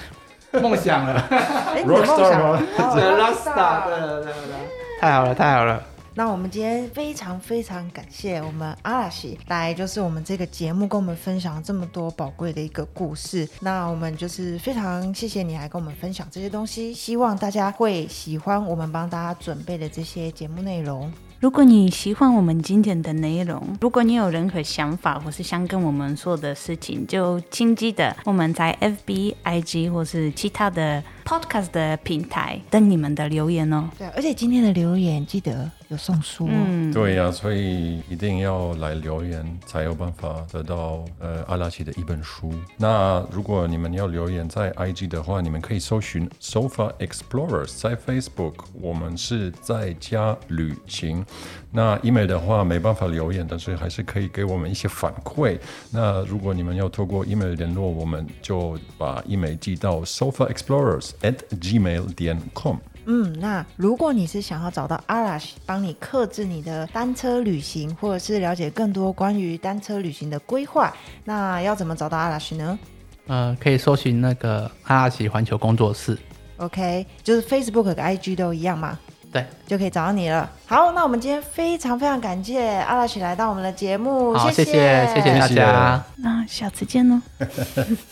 [SPEAKER 6] 梦想 <laughs> 了。
[SPEAKER 2] 哎，你的梦
[SPEAKER 3] Rockstar
[SPEAKER 2] 想
[SPEAKER 3] 吗
[SPEAKER 2] 哦
[SPEAKER 6] Rockstar，对对对对对，太好了，太好了。
[SPEAKER 2] 那我们今天非常非常感谢我们阿拉西来，就是我们这个节目跟我们分享了这么多宝贵的一个故事。那我们就是非常谢谢你来跟我们分享这些东西，希望大家会喜欢我们帮大家准备的这些节目内容。
[SPEAKER 5] 如果你喜欢我们今天的内容，如果你有任何想法或是想跟我们说的事情，就请记得我们在 FB、IG 或是其他的 Podcast 的平台等你们的留言哦。
[SPEAKER 2] 对啊，而且今天的留言记得有送书哦。
[SPEAKER 5] 嗯，
[SPEAKER 3] 对呀、所以一定要来留言，才有办法得到呃阿拉奇的一本书。那如果你们要留言在 IG 的话，你们可以搜寻 Sofa Explorers，在 Facebook 我们是在家旅行。那 email 的话没办法留言，但是还是可以给我们一些反馈。那如果你们要透过 email 联络我们，就把 email 寄到 Sofa Explorers at gmail 点 com。
[SPEAKER 2] 嗯，那如果你是想要找到阿拉西帮你克制你的单车旅行，或者是了解更多关于单车旅行的规划，那要怎么找到阿拉西呢？
[SPEAKER 6] 呃，可以搜寻那个阿拉奇环球工作室。
[SPEAKER 2] OK，就是 Facebook 和 IG 都一样嘛，
[SPEAKER 6] 对，
[SPEAKER 2] 就可以找到你了。好，那我们今天非常非常感谢阿拉奇来到我们的节目，
[SPEAKER 6] 好，
[SPEAKER 2] 谢
[SPEAKER 6] 谢谢，谢谢大
[SPEAKER 3] 谢谢
[SPEAKER 6] 家，
[SPEAKER 5] 哦那下次见喽。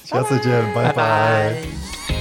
[SPEAKER 3] 下次见，拜拜
[SPEAKER 6] 拜拜。